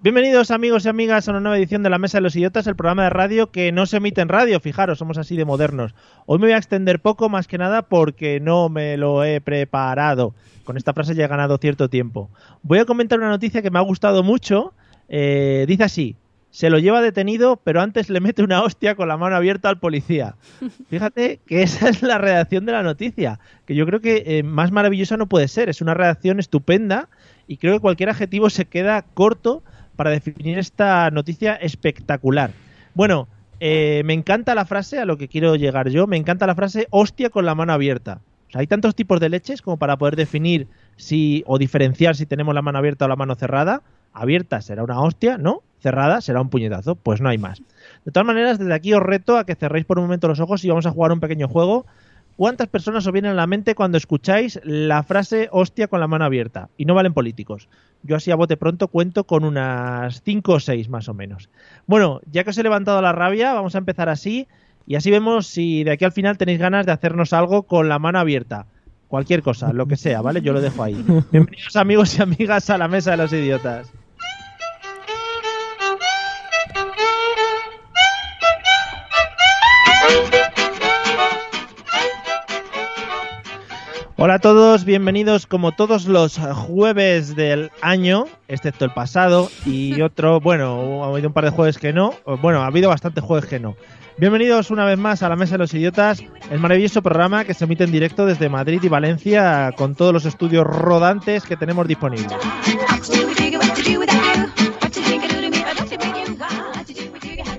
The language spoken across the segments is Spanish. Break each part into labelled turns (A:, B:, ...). A: Bienvenidos amigos y amigas a una nueva edición de La Mesa de los Idiotas, el programa de radio que no se emite en radio, fijaros, somos así de modernos. Hoy me voy a extender poco más que nada porque no me lo he preparado. Con esta frase ya he ganado cierto tiempo. Voy a comentar una noticia que me ha gustado mucho. Eh, dice así, se lo lleva detenido, pero antes le mete una hostia con la mano abierta al policía. Fíjate que esa es la redacción de la noticia, que yo creo que eh, más maravillosa no puede ser. Es una redacción estupenda y creo que cualquier adjetivo se queda corto para definir esta noticia espectacular. Bueno, eh, me encanta la frase, a lo que quiero llegar yo, me encanta la frase hostia con la mano abierta. O sea, hay tantos tipos de leches como para poder definir si o diferenciar si tenemos la mano abierta o la mano cerrada. Abierta será una hostia, ¿no? Cerrada será un puñetazo, pues no hay más. De todas maneras, desde aquí os reto a que cerréis por un momento los ojos y vamos a jugar un pequeño juego. ¿Cuántas personas os vienen a la mente cuando escucháis la frase hostia con la mano abierta? Y no valen políticos. Yo así a bote pronto cuento con unas 5 o 6 más o menos. Bueno, ya que os he levantado la rabia, vamos a empezar así y así vemos si de aquí al final tenéis ganas de hacernos algo con la mano abierta. Cualquier cosa, lo que sea, ¿vale? Yo lo dejo ahí. Bienvenidos amigos y amigas a la mesa de los idiotas. Hola a todos, bienvenidos como todos los jueves del año, excepto el pasado y otro, bueno, ha habido un par de jueves que no, bueno, ha habido bastantes jueves que no. Bienvenidos una vez más a la Mesa de los Idiotas, el maravilloso programa que se emite en directo desde Madrid y Valencia con todos los estudios rodantes que tenemos disponibles.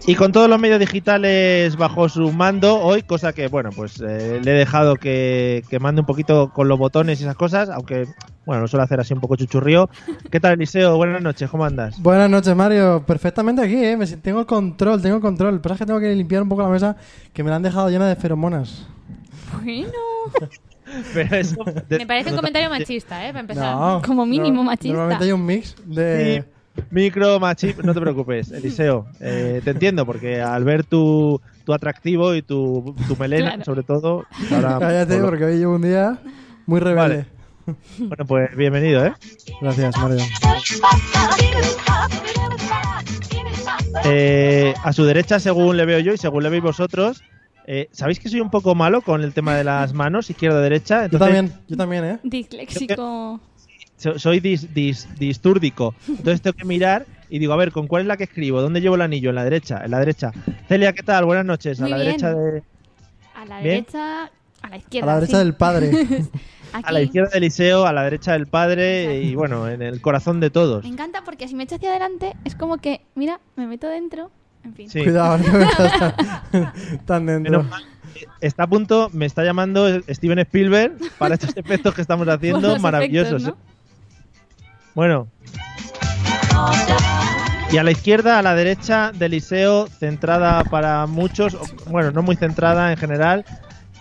A: Y con todos los medios digitales bajo su mando hoy, cosa que, bueno, pues eh, le he dejado que, que mande un poquito con los botones y esas cosas, aunque, bueno, lo suele hacer así un poco chuchurrío. ¿Qué tal, Eliseo? Buenas noches, ¿cómo andas?
B: Buenas noches, Mario. Perfectamente aquí, ¿eh? Me si- tengo el control, tengo el control. Pero es que tengo que limpiar un poco la mesa que me la han dejado llena de feromonas.
C: Bueno,
A: Pero eso-
C: me parece un comentario machista, ¿eh? Para empezar.
B: No,
C: Como mínimo
B: no-
C: machista.
B: Normalmente hay un mix de...
A: Micro machismo, no te preocupes, Eliseo. eh, te entiendo, porque al ver tu, tu atractivo y tu, tu melena,
C: Claro.
A: sobre todo. ahora-
B: Cállate, porque hoy llevo un día muy rebelde.
A: Bueno, pues bienvenido, ¿eh?
B: Gracias, Mario.
A: Eh, a su derecha, según le veo yo y según le veis vosotros, eh, ¿sabéis que soy un poco malo con el tema de las manos, izquierda-derecha?
B: Yo
A: Entonces,
B: también, yo también, ¿eh?
C: Disléxico.
A: so- soy dis- dis- distúrdico. Entonces tengo que mirar y digo, a ver, ¿con cuál es la que escribo? ¿Dónde llevo el anillo? En la derecha, en la derecha. Celia, ¿qué tal? Buenas noches.
C: Muy
A: a la
C: bien.
A: derecha de,
C: A la
A: Bien.
C: derecha, a la
B: A
C: izquierda.
B: la derecha
C: sí.
B: del padre.
C: Aquí.
A: a la izquierda de Eliseo, a la derecha del padre y bueno, en el corazón de todos.
C: Me encanta porque si me echo hacia adelante es como que, mira, me meto dentro. En fin.
A: Sí.
B: Cuidado, no me estás tan dentro.
A: Menos mal. Está a punto, me está llamando Steven Spielberg para estos efectos que estamos
C: Por
A: haciendo
C: los
A: maravillosos. ¿eh?
C: efectos, ¿no?
A: Bueno. Y a la izquierda, a la derecha de Eliseo, centrada para muchos, o- bueno, no muy centrada en general.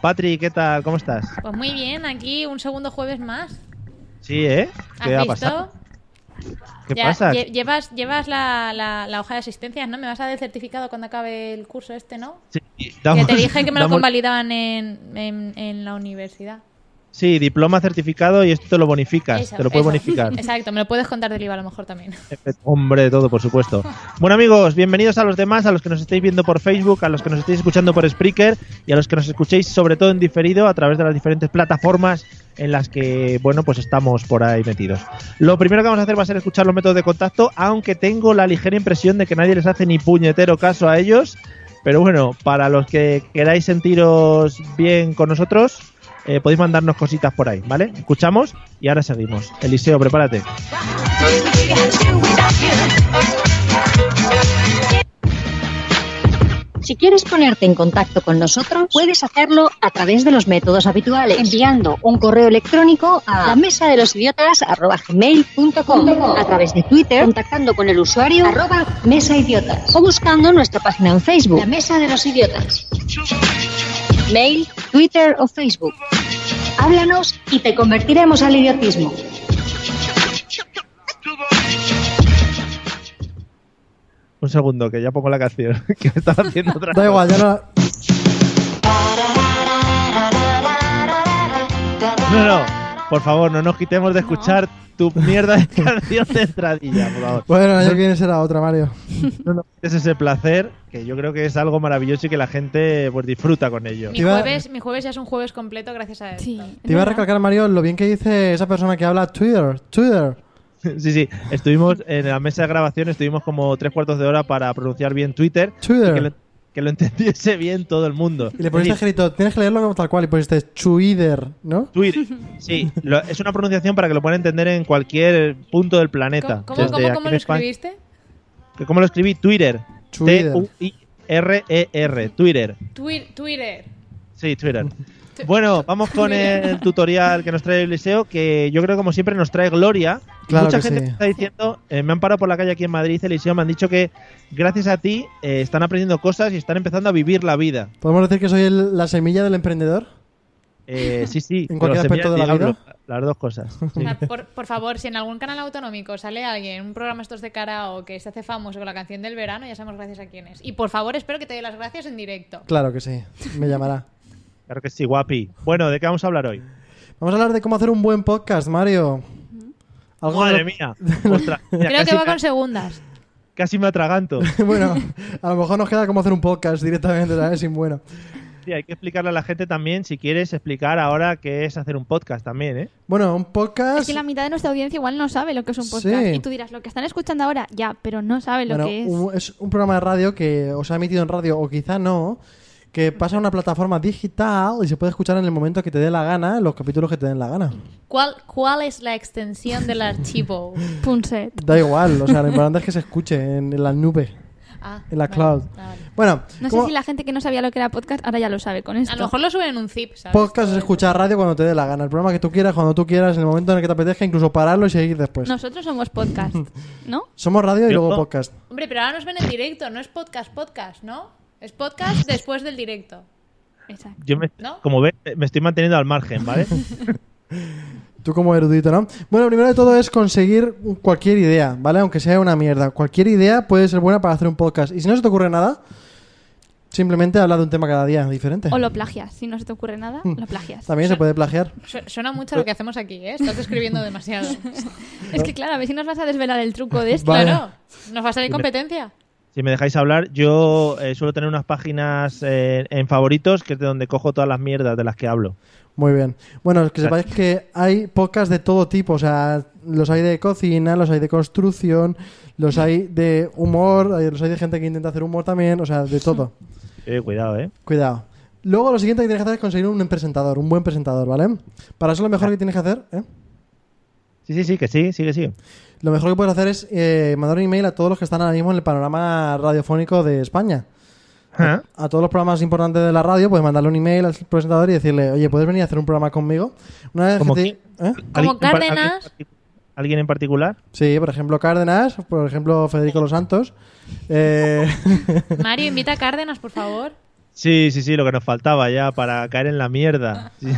A: Patri, ¿qué tal? ¿Cómo estás?
D: Pues muy bien, aquí un segundo jueves más.
A: Sí, ¿eh?
D: ¿Has
A: ¿Qué va a
D: visto?
A: pasar? ¿Qué
D: Ya
A: pasa?
D: lle- Llevas, llevas la, la- la hoja de asistencias, ¿no? Me vas a dar el certificado cuando acabe el curso este, ¿no?
A: Sí,
D: Que
A: damos-
D: te dije que me lo
A: damos-
D: convalidaban en, en- en la universidad.
A: Sí, diploma, certificado y esto te lo bonificas,
D: Eso,
A: te lo puedes
D: eso.
A: bonificar.
D: Exacto, me lo puedes contar del IVA a lo mejor también.
A: Hombre, de todo, por supuesto. Bueno, amigos, bienvenidos a los demás, a los que nos estáis viendo por Facebook, a los que nos estáis escuchando por Spreaker y a los que nos escuchéis sobre todo en diferido a través de las diferentes plataformas en las que, bueno, pues estamos por ahí metidos. Lo primero que vamos a hacer va a ser escuchar los métodos de contacto, aunque tengo la ligera impresión de que nadie les hace ni puñetero caso a ellos. Pero bueno, para los que queráis sentiros bien con nosotros, eh, podéis mandarnos cositas por ahí, ¿vale? Escuchamos y ahora seguimos. Eliseo, prepárate.
E: Si quieres por ponerte en contacto con nosotros, puedes hacerlo a través de los métodos habituales, enviando un correo electrónico a la mesa de los idiotas a través de Twitter, contactando con el usuario arroba mesa idiotas o buscando nuestra página en Facebook, la mesa de los idiotas. Mail, Twitter o Facebook. Háblanos y te convertiremos al idiotismo.
A: Un segundo, que ya pongo la canción. que me estaba haciendo otra
B: Da igual, ya no.
A: No, no. Por favor, no nos quitemos de escuchar tu mierda de canción de entradilla, por favor.
B: Bueno, el año que viene será otra, Mario.
A: No nos quites ese placer, que yo creo que es algo maravilloso y que la gente pues, disfruta con ello.
D: Mi
B: Te iba-
D: jueves, mi jueves ya es un jueves completo gracias a esto.
C: Sí.
B: Te iba a recalcar, Mario, lo bien que dice esa persona que habla Twitter. Twitter.
A: Sí, sí. Estuvimos en la mesa de grabación, estuvimos como tres cuartos de hora para pronunciar bien Twitter.
B: Twitter.
A: y que, lo, que lo entendiese bien todo el mundo.
B: Y le pusiste
A: Es decir,
B: escrito, tienes que leerlo como tal cual, y pusiste Twitter, ¿no?
A: Twitter. Sí, lo- es una pronunciación para que lo puedan entender en cualquier punto del planeta.
D: ¿Cómo, cómo,
A: Desde
D: cómo,
A: aquí
D: cómo
A: en
D: lo
A: España-
D: escribiste?
A: que ¿Cómo lo escribí? Twitter.
B: Twitter.
A: T-U-I-R-E-R. E Twitter.
D: Twi- Twitter.
A: Sí, Twitter. Bueno, vamos con el tutorial que nos trae Eliseo, que yo creo como siempre nos trae Gloria.
B: Claro
A: Mucha
B: que
A: gente
B: sí.
A: me está diciendo, eh, me han parado por la calle aquí en Madrid, Eliseo, me han dicho que gracias a ti eh, están aprendiendo cosas y están empezando a vivir la vida.
B: ¿Podemos decir que soy el- la semilla del emprendedor?
A: Eh, sí, sí.
B: ¿En cualquier
A: los
B: aspecto
A: semillas
B: de la
A: diablo,
B: vida?
A: Las dos cosas.
D: O
A: sí.
D: sea, por, por favor, si en algún canal autonómico sale alguien, un programa estos de karaoke, se hace famoso con la canción del verano, ya sabemos gracias a quién es. Y por favor, espero que te dé las gracias en directo.
B: Claro que sí, me llamará.
A: Claro que sí, guapi. Bueno, ¿de qué vamos a hablar hoy?
B: Vamos a hablar de cómo hacer un buen podcast, Mario. Algo
A: Madre
B: de-
A: mía. Ostras, mira,
D: Creo
A: casi,
D: que va
A: me-
D: con segundas.
A: casi me atraganto.
B: Bueno, a lo mejor nos queda cómo hacer un podcast directamente, ¿sabes? Sin bueno.
A: Sí, hay que explicarle a la gente también, si quieres explicar ahora qué es hacer un podcast también, ¿eh?
B: Bueno, un podcast...
C: Es que la mitad de nuestra audiencia igual no sabe lo que es un podcast.
B: Sí.
C: Y tú dirás, lo que están escuchando ahora, ya, pero no sabe lo
B: Bueno,
C: que es.
B: un- un programa de radio que os ha emitido en radio o quizá no, que pasa a una plataforma digital y se puede escuchar en el momento que te dé la gana, los capítulos que te den la gana.
D: ¿Cuál, ¿Cuál es la extensión del archivo?
C: Punset.
B: Da igual, o sea, lo importante es que se escuche en, en la nube,
D: Ah,
B: en la
D: vale,
B: cloud.
D: ah, vale.
B: Bueno,
C: No sé
B: como
C: si la gente que no sabía lo que era podcast ahora ya lo sabe
B: Ah,
C: con esto.
D: A lo mejor lo suben en un zip, ¿sabes?
B: podcast
D: Todo
B: es
D: eso.
B: escuchar radio cuando te dé la gana, el programa que tú quieras, cuando tú quieras, en el momento en el que te apetezca, incluso pararlo y seguir después.
C: Nosotros somos podcast, ¿no?
B: Somos radio y
A: Yo
B: luego
A: no.
B: podcast.
D: Hombre, pero ahora nos ven en directo, no es podcast, podcast, ¿no? Es podcast después del directo.
C: Exacto.
A: Yo me,
D: ¿No?
A: como ves, me estoy manteniendo al margen, ¿vale?
B: Tú como erudito, ¿no? Bueno, primero de todo es conseguir cualquier idea, ¿vale? Aunque sea una mierda. Cualquier idea puede ser buena para hacer un podcast. Y si no se te ocurre nada, simplemente habla de un tema cada día diferente.
C: O lo plagias. Si no se te ocurre nada, lo plagias.
B: También se puede plagiar.
D: Su- Suena mucho lo que hacemos aquí, ¿eh? Estás escribiendo demasiado.
C: Es que claro, a ver si nos vas a desvelar el truco de esto.
B: Vale.
D: Claro, nos va a salir competencia.
A: Si me dejáis hablar, yo eh, suelo tener unas páginas eh, en favoritos, que es de donde cojo todas las mierdas de las que hablo.
B: Muy bien. Bueno, que sepáis que hay podcasts de todo tipo. O sea, los hay de cocina, los hay de construcción, los hay de humor, hay- los hay de gente que intenta hacer humor también. O sea, de todo.
A: Eh, cuidado, ¿eh?
B: Cuidado. Luego lo siguiente que tienes que hacer es conseguir un presentador, un buen presentador, ¿vale? Para eso lo mejor que tienes que hacer, ¿eh?
A: Sí, sí, sí, que sí, sí, que sí.
B: Lo mejor que puedes hacer es eh, mandar un email a todos los que están ahora mismo en el panorama radiofónico de España.
A: Ajá.
B: A todos los programas importantes de la radio, puedes mandarle un email al presentador y decirle, oye, ¿puedes venir a hacer un programa conmigo? Una vez
A: ¿Como
B: que te- ¿eh?
D: Como
A: ¿Alguien en par- alguien en
D: Cárdenas.
A: particu- ¿Alguien en particular?
B: Sí, por ejemplo, Cárdenas, por ejemplo, Federico Los Santos. Eh,
D: Mario, invita a Cárdenas, por favor.
A: Sí, sí, sí, lo que nos faltaba ya para caer en la mierda. Sí.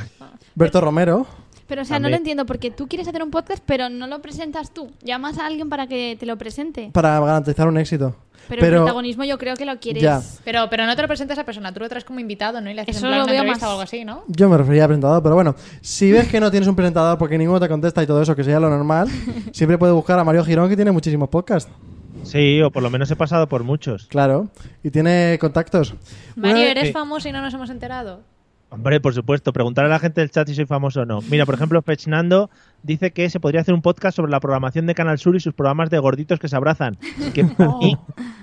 B: Berto Romero.
C: Pero o sea, no lo
A: También.
C: entiendo porque tú quieres hacer un podcast, pero no lo presentas tú. Llamas a alguien para que te lo presente.
B: Para garantizar un éxito.
C: Pero, el protagonismo yo creo que lo quieres.
B: Ya.
D: Pero, pero no te lo presenta esa persona, tú lo traes como invitado, ¿no? Y le haces en
C: Eso
D: plan
C: lo
D: una
C: veo
D: entrevista
C: más-
D: o algo así, ¿no?
B: Yo me refería a presentador, pero bueno, si ves que no tienes un presentador porque ninguno te contesta y todo eso, que sería lo normal, siempre puedes buscar a Mario Girón, que tiene muchísimos podcasts.
A: Sí, o por lo menos he pasado por muchos.
B: Claro, y tiene contactos. Una
D: Mario,
B: vez-
D: eres
A: Sí.
D: famoso y no nos hemos enterado.
A: Hombre, por supuesto, preguntar a la gente del chat si soy famoso o no. Mira, por ejemplo, Fechnando dice que se podría hacer un podcast sobre la programación de Canal Sur y sus programas de gorditos que se abrazan. Que para, mí,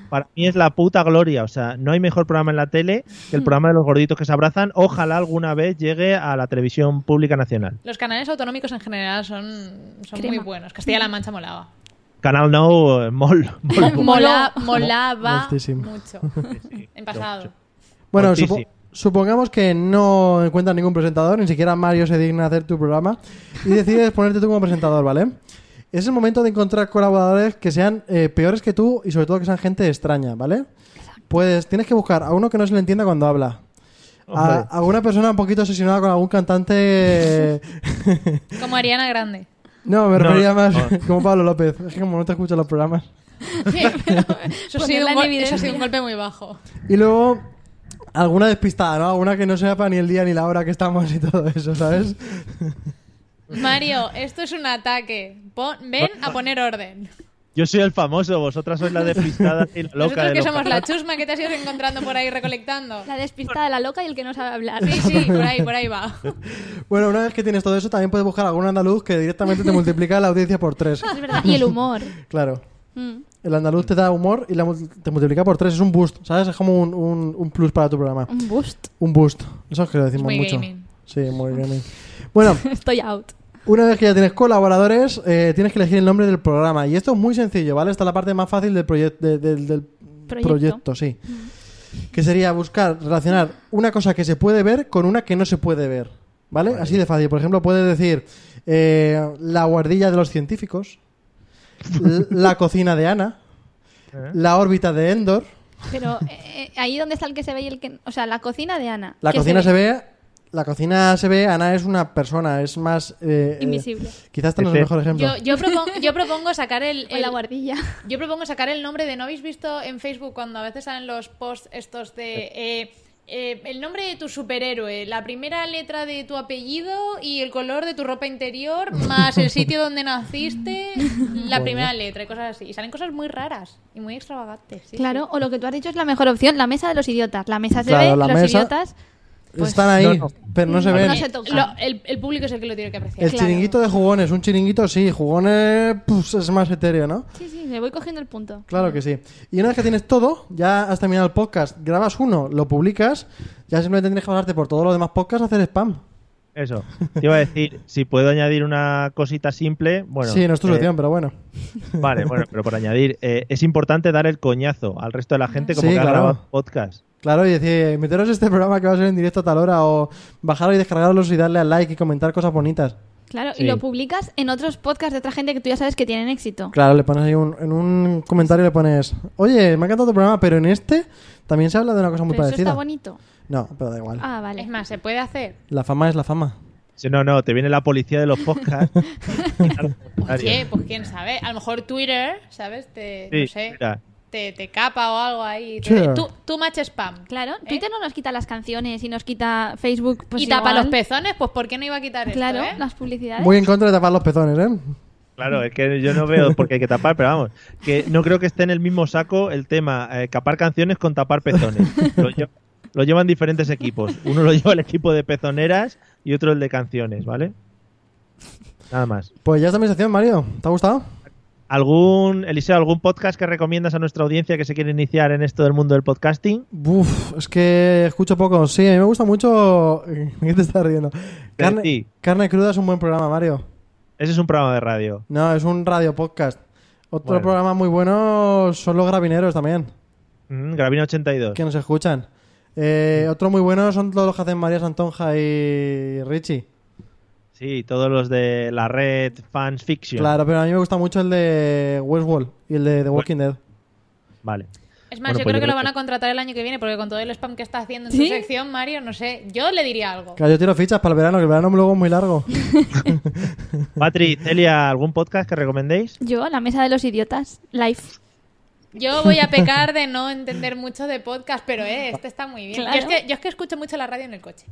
A: para mí es la puta gloria. O sea, no hay mejor programa en la tele que el programa de los gorditos que se abrazan. Ojalá alguna vez llegue a la televisión pública nacional.
D: Los canales autonómicos en general son, son muy
C: Crema.
D: buenos. Castilla-La Mancha molaba.
A: Canal No, eh, mol, mol-
C: Moló.
D: Mola- molaba
B: Moltísimo.
D: mucho. En pasado.
B: Bueno, Bueno,
A: Ortiz,
B: supo-
A: Pues sí.
B: supongamos que no encuentras ningún presentador, ni siquiera Mario se digna hacer tu programa, y decides ponerte tú como presentador, ¿vale? Es el momento de encontrar colaboradores que sean eh, peores que tú y sobre todo que sean gente extraña, ¿vale? Pues tienes que buscar a uno que no se le entienda cuando habla. A,
A: Hombre.
B: a una persona un poquito obsesionada con algún cantante...
D: Como Ariana Grande.
B: No, me
A: No,
B: refería más
A: no.
B: como Pablo López. Es que como no te escucho los programas.
D: Sí, pero eso, ha sido
C: Ponerla
D: un
C: en
D: gol-
C: evidencia.
D: eso ha sido un golpe muy bajo.
B: Y luego, alguna despistada, ¿no? Alguna que no sepa ni el día ni la hora que estamos y todo eso, ¿sabes?
D: Mario, esto es un ataque. Pon- ven a poner orden.
A: Yo soy el famoso, vosotras sois la despistada y la loca
D: Nosotros
A: de
D: que
A: los
D: somos la chusma que te has ido encontrando por ahí recolectando.
C: La despistada, la loca y el que no sabe hablar.
D: Sí, sí, por ahí, por ahí va.
B: Bueno, una vez que tienes todo eso, también puedes buscar algún andaluz que directamente te multiplica la audiencia por tres.
C: Es verdad. Y el humor.
B: Claro.
C: Mm.
B: El andaluz te da humor y la mul- te multiplica por tres. Es un boost, ¿sabes? Es como un, un- un plus para tu programa.
C: Un boost.
B: Un boost. Eso es que lo decimos
D: Muy
B: mucho.
D: gaming.
B: Sí, muy gaming. Bueno,
C: Estoy out.
B: Una vez que ya tienes colaboradores, eh, tienes que elegir el nombre del programa. Y esto es muy sencillo, ¿vale? Esta es la parte más fácil del, proyec- de- del, del
C: Proyecto.
B: sí. Que sería buscar, relacionar una cosa que se puede ver con una que no se puede ver, ¿vale? Así de fácil. Por ejemplo, puedes decir eh, la guardilla de los científicos, l- la cocina de Ana, la órbita de Endor.
C: Pero eh, eh, ahí donde está el que se ve y el que. O sea, la cocina de Ana.
B: La
C: que
B: cocina se ve... La cocina se ve, Ana es una persona, es más... eh, eh,
C: Invisible.
B: quizás este no es el
A: Este-
B: mejor ejemplo.
D: Yo, yo, propongo, yo propongo sacar el,
C: En la
D: el-
C: guardilla.
D: Yo propongo sacar el nombre de. ¿No habéis visto en Facebook cuando a veces salen los posts estos de. eh, eh, el nombre de tu superhéroe, la primera letra de tu apellido y el color de tu ropa interior, más el sitio donde naciste, la primera letra y cosas así. Y salen cosas muy raras y muy extravagantes. sí,
C: Claro,
D: sí.
C: o lo que tú has dicho es la mejor opción, la mesa de los idiotas. La mesa se
B: Claro,
C: ve,
B: la
C: los
B: mesa-
C: idiotas. pues,
B: Están ahí,
A: No, no.
B: pero no se
C: No
B: ven.
C: se toca.
D: Lo- el, el público es el que lo tiene que apreciar.
B: El
C: Claro.
B: chiringuito de jugones, un chiringuito sí, jugones pues, es más etéreo, ¿no?
C: Sí, sí, le voy cogiendo el punto.
B: Claro que sí. Y una vez que tienes todo, ya has terminado el podcast, grabas uno, lo publicas, ya simplemente tienes que pasarte por todos los demás podcasts a hacer spam.
A: Eso. Te iba a decir, si puedo añadir una cosita simple. Bueno,
B: sí, no es tu
A: eh,
B: solución, pero bueno.
A: Vale, bueno, pero por añadir, eh, es importante dar el coñazo al resto de la gente como
B: Sí,
A: que
B: claro.
A: ha grabado podcast.
B: Claro, y decir, meteros este programa que va a ser en directo a tal hora, o bajaros y descargarlos y darle al like y comentar cosas bonitas.
C: Claro,
A: Sí.
C: y lo publicas en otros podcasts de otra gente que tú ya sabes que tienen éxito.
B: Claro, le pones ahí un, en un comentario le pones, oye, me ha encantado tu programa, pero en este también se habla de una cosa muy
C: Pero eso
B: parecida.
C: está bonito.
B: no, pero da igual.
C: Ah, vale.
D: Es más, se puede hacer.
B: La fama es la fama.
A: Si no, no, te viene la policía de los podcasts.
D: Oye, pues quién sabe. A lo mejor Twitter, ¿sabes? Te,
A: Sí,
D: no sé,
A: mira.
D: te, te capa o algo ahí.
B: Sí.
D: Te- Tú, tú match spam.
C: Claro,
D: ¿eh?
C: Twitter no nos quita las canciones y nos quita Facebook. Pues
D: y tapa
C: igual.
D: los pezones, pues ¿por qué no iba a quitar esto,
C: Claro,
D: eh?
C: las publicidades.
B: Muy en contra de tapar los pezones, ¿eh?
A: Claro, es que yo no veo porque hay que tapar, pero vamos, que no creo que esté en el mismo saco el tema eh, capar canciones con tapar pezones. Lo, lle- lo llevan diferentes equipos. Uno lo lleva el equipo de pezoneras y otro el de canciones, ¿vale? Nada más.
B: Pues ya está mi sección, Mario. ¿Te ha gustado?
A: ¿Algún, Eliseo, algún podcast que recomiendas a nuestra audiencia que se quiere iniciar en esto del mundo del podcasting?
B: Uf, es que escucho poco. Sí, a mí me gusta mucho. ¿Qué te estás riendo? Carne,
A: ti.
B: Carne cruda es un buen programa, Mario.
A: Ese es un programa de radio.
B: No, es un radio podcast. Otro
A: Bueno.
B: programa muy bueno son los gravineros también,
A: Mm, Gravina 82.
B: que nos escuchan. Eh, otro muy bueno son todos los que hacen María Santonja y Richie.
A: Sí, todos los de la red Fans Fiction.
B: Claro, pero a mí me gusta mucho el de Westworld y el de The Walking Dead.
A: Vale.
D: Es más,
A: Bueno,
D: yo
A: pues
D: creo que lo van a contratar el año que viene, porque con todo el spam que está haciendo en
C: ¿Sí?
D: su sección, Mario, no sé, yo le diría algo.
B: Claro, yo tiro fichas para el verano, que el verano luego es muy largo.
A: Patri, Celia, ¿algún podcast que recomendéis?
C: Yo, la mesa de los idiotas, live.
D: Yo voy a pecar de no entender mucho de podcast, pero eh, este está muy bien.
C: Claro.
D: Yo, es que, yo es que escucho mucho la radio en el coche,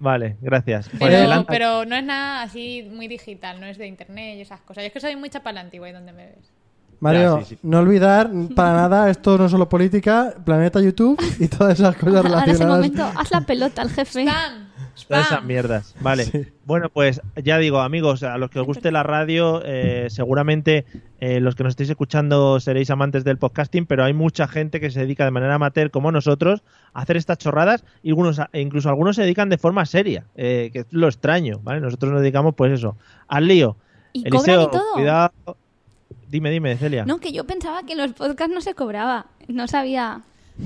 A: Vale, gracias. Pues
D: pero,
A: adelante.
D: pero no es nada así muy digital, no es de internet y esas cosas. Yo es que soy muy chapa la antigua y donde me ves.
B: Mario,
A: Ya, sí, sí.
B: no olvidar para nada, esto no es solo política, Planeta YouTube y todas esas cosas
C: Ahora es el
B: relacionadas.
C: momento, haz la pelota al jefe.
D: ¡Spam!
A: Todas esas
D: ¡Spam!
A: mierdas. Vale.
B: Sí.
A: Bueno, pues ya digo, amigos, a los que os guste la radio, eh, seguramente eh, los que nos estéis escuchando seréis amantes del podcasting, pero hay mucha gente que se dedica de manera amateur, como nosotros, a hacer estas chorradas y algunos, e incluso algunos se dedican de forma seria, eh, que es lo extraño, ¿vale? Nosotros nos dedicamos, pues eso, al lío.
C: Y
A: Eliseo,
C: cobran y todo.
A: cuidado. Dime, dime, Celia.
C: No, que yo pensaba que en los podcasts no se cobraba. No sabía.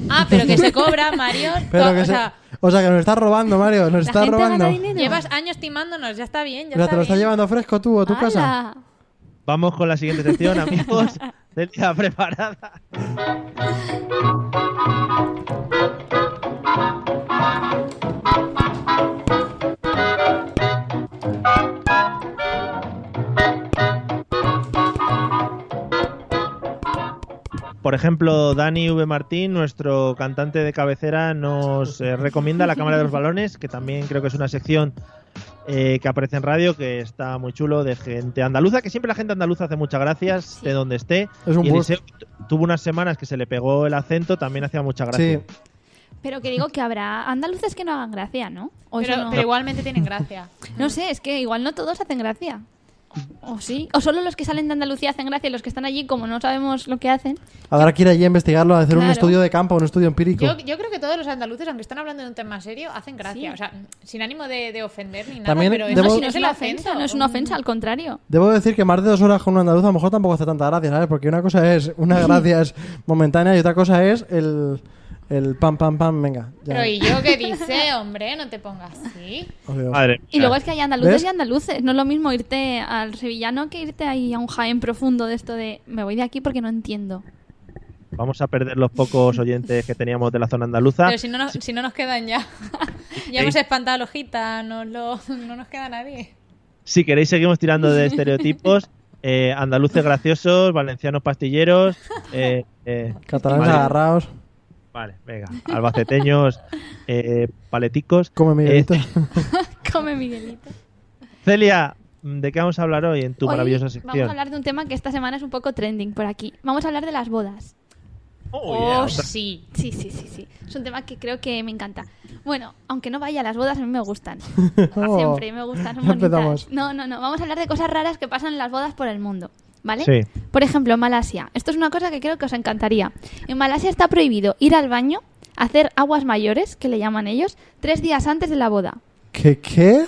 D: Ah, pero que se cobra, Mario.
B: Pero
D: Co-
B: que
D: o
B: se-
D: sea,
B: o sea, que nos estás robando, Mario. Nos
C: La
B: estás
C: gente
B: robando.
C: gana dinero.
D: llevas años timándonos, ya está bien, ya
B: Mira,
D: está
B: te lo estás
D: bien.
B: llevando fresco tú a tu casa.
C: ¡Hala!
A: Vamos con la siguiente sección, amigos. Celia, preparada. Por ejemplo, Dani V. Martín, nuestro cantante de cabecera, nos eh, recomienda La Cámara de los Balones, que también creo que es una sección eh, que aparece en radio, que está muy chulo, de gente andaluza, que siempre la gente andaluza hace muchas gracias, de donde esté.
B: Es un
A: y
B: bus.
A: Eliseo tu- tuvo unas semanas que se le pegó el acento, también hacía muchas
B: Sí.
A: gracias.
C: Pero que digo que habrá andaluces que no hagan gracia, ¿no? O eso
D: Pero,
C: no.
D: pero igualmente tienen gracia.
C: No sé, es que igual no todos hacen gracia. O sí. O solo los que salen de Andalucía hacen gracia y los que están allí, como no sabemos lo que hacen.
B: Habrá que ir allí a investigarlo, a hacer un
C: Claro.
B: estudio de campo, un estudio empírico.
D: Yo, yo creo que todos los andaluces, aunque están hablando de un tema serio, hacen gracia. O sea, sin ánimo de, de ofender ni nada,
B: También
D: pero
B: debo-
D: eso
B: No,
D: sí
C: no
D: no
C: es
D: es el
C: una ofensa,
D: acento.
C: no es una ofensa, al contrario.
B: Debo decir que más de dos horas con un andaluz a lo mejor tampoco hace tanta gracia, ¿sabes? Porque una cosa es, una gracia es momentánea y otra cosa es el, el pam, pam, pam, venga. ya.
D: Pero ¿y yo qué dice, hombre? No te pongas así.
B: Os digo.
A: Madre mía.
C: Y luego es que hay andaluces
B: ¿Ves?
C: y andaluces. No es lo mismo irte al sevillano que irte ahí a un jaén profundo de esto de me voy de aquí porque no entiendo.
A: Vamos a perder los pocos oyentes que teníamos de la zona andaluza.
D: Pero si no, nos, si no nos quedan ya. ya hemos espantado a los gitanos, lo- no nos queda nadie.
A: Si queréis, seguimos tirando de estereotipos. Eh, andaluces graciosos, valencianos pastilleros. eh, eh,
B: Catalanes
A: vale,
B: agarrados,
A: Vale, venga. Albaceteños, eh, paleticos.
B: come Miguelito.
A: Eh,
C: Come Miguelito.
A: Celia, ¿de qué vamos a hablar hoy en tu
C: Hoy
A: maravillosa
C: Vamos a
A: sección?
C: hablar de un tema que esta semana es un poco trending por aquí. Vamos a hablar de las bodas.
A: Oh, yeah,
D: Oh,
A: otra-
D: sí.
C: Sí, sí, sí, sí. Es un tema que creo que me encanta. Bueno, aunque no vaya a las bodas, a mí me gustan.
B: Oh.
C: Siempre me gustan. Son
B: Ya
C: bonitas.
B: empezamos.
C: No, no, no. Vamos a hablar de cosas raras que pasan en las bodas por el mundo. ¿Vale?
A: Sí.
C: Por ejemplo, en Malasia. Esto es una cosa que creo que os encantaría. En Malasia está prohibido ir al baño, hacer aguas mayores, que le llaman ellos, tres días antes de la boda.
B: ¿Qué, qué?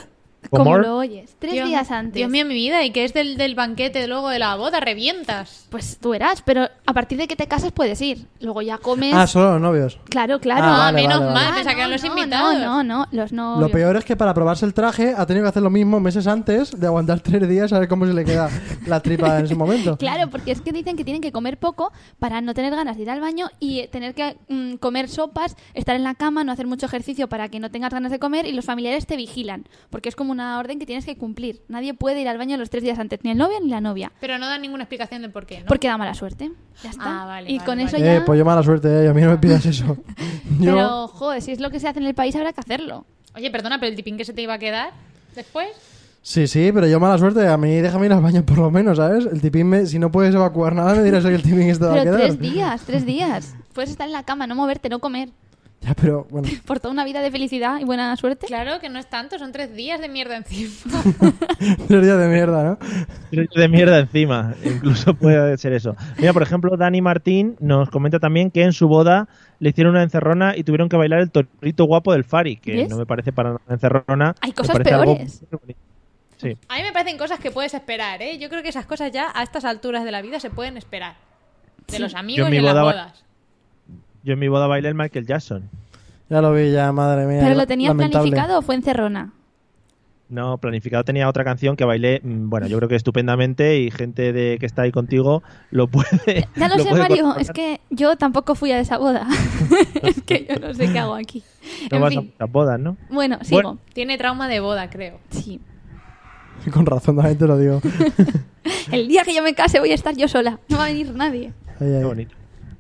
C: Como
A: ¿Comor?
C: lo oyes, tres
D: Dios-
C: días antes.
D: Dios mío, mi vida, y que es del, del banquete luego de la boda, revientas.
C: Pues tú verás, pero a partir de que te casas puedes ir. Luego ya comes.
B: Ah, solo los novios.
C: Claro, claro. Ah,
B: Ah,
D: Ah,
B: vale,
D: menos
B: vale,
D: mal,
B: vale.
D: pensaba que eran los
C: no,
D: invitados.
C: No, no, no, los novios.
B: Lo peor es que para probarse el traje ha tenido que hacer lo mismo meses antes de aguantar tres días a ver cómo se le queda la tripa en ese momento.
C: Claro, porque es que dicen que tienen que comer poco para no tener ganas de ir al baño y eh, tener que mm, comer sopas, estar en la cama, no hacer mucho ejercicio para que no tengas ganas de comer y los familiares te vigilan, porque es como una orden que tienes que cumplir. Nadie puede ir al baño los tres días antes, ni el novio ni la novia,
D: Pero no dan ninguna explicación de por qué, ¿no?
C: porque da mala suerte. Ya está.
D: Ah, vale,
C: y
D: vale,
C: con
D: vale.
C: eso ya...
B: Eh, pues yo mala suerte, eh, a mí no me pidas eso. Yo,
C: Pero, joder, si es lo que se hace en el país, habrá que hacerlo.
D: Oye, perdona, pero el tipín que se te iba a quedar después.
B: Sí, sí, pero yo mala suerte, a mí déjame ir al baño por lo menos, ¿sabes? El tipín, me- si no puedes evacuar nada, me dirás que el tipín este va a
C: Pero
B: quedar.
C: tres días, tres días. Puedes estar en la cama, no moverte, no comer.
B: Ya, pero bueno.
C: Por toda una vida de felicidad y buena suerte.
D: Claro que no es tanto, son tres días de mierda encima.
B: Tres días de mierda, ¿no?
A: de mierda encima. Incluso puede ser eso. Mira, por ejemplo, Dani Martín nos comenta también que en su boda le hicieron una encerrona y tuvieron que bailar el torito guapo del Fari, que
C: ¿Ves?
A: no me parece para nada encerrona.
C: Hay
A: me
C: cosas
A: parece algo
C: peores.
A: muy bonito. Sí.
D: A mí me parecen cosas que puedes esperar, ¿eh? Yo creo que esas cosas ya a estas alturas de la vida se pueden esperar. De los
A: Yo
D: amigos
A: en mi
D: y en las
A: boda ba-
D: bodas.
A: Yo en mi boda bailé el Michael Jackson.
B: Ya lo vi, ya, madre mía.
C: ¿Pero
B: la-
C: lo tenías
B: lamentable.
C: planificado o fue encerrona?
A: No, planificado tenía otra canción que bailé, mm, bueno, yo creo que estupendamente y gente de que está ahí contigo lo puede.
C: Ya lo, sé,
A: puede
C: Mario,
A: corroborar.
C: es que yo tampoco fui a esa boda. es que yo no sé qué hago aquí.
A: No
C: en
A: vas a
C: fin,
A: muchas bodas, ¿no?
C: bueno, sigo.
A: Bueno.
D: Tiene trauma de boda, creo.
C: Sí.
B: Con razón, también te lo digo.
C: El día que yo me case voy a estar yo sola. No va a venir nadie,
B: Ahí, ahí.
A: Qué bonito.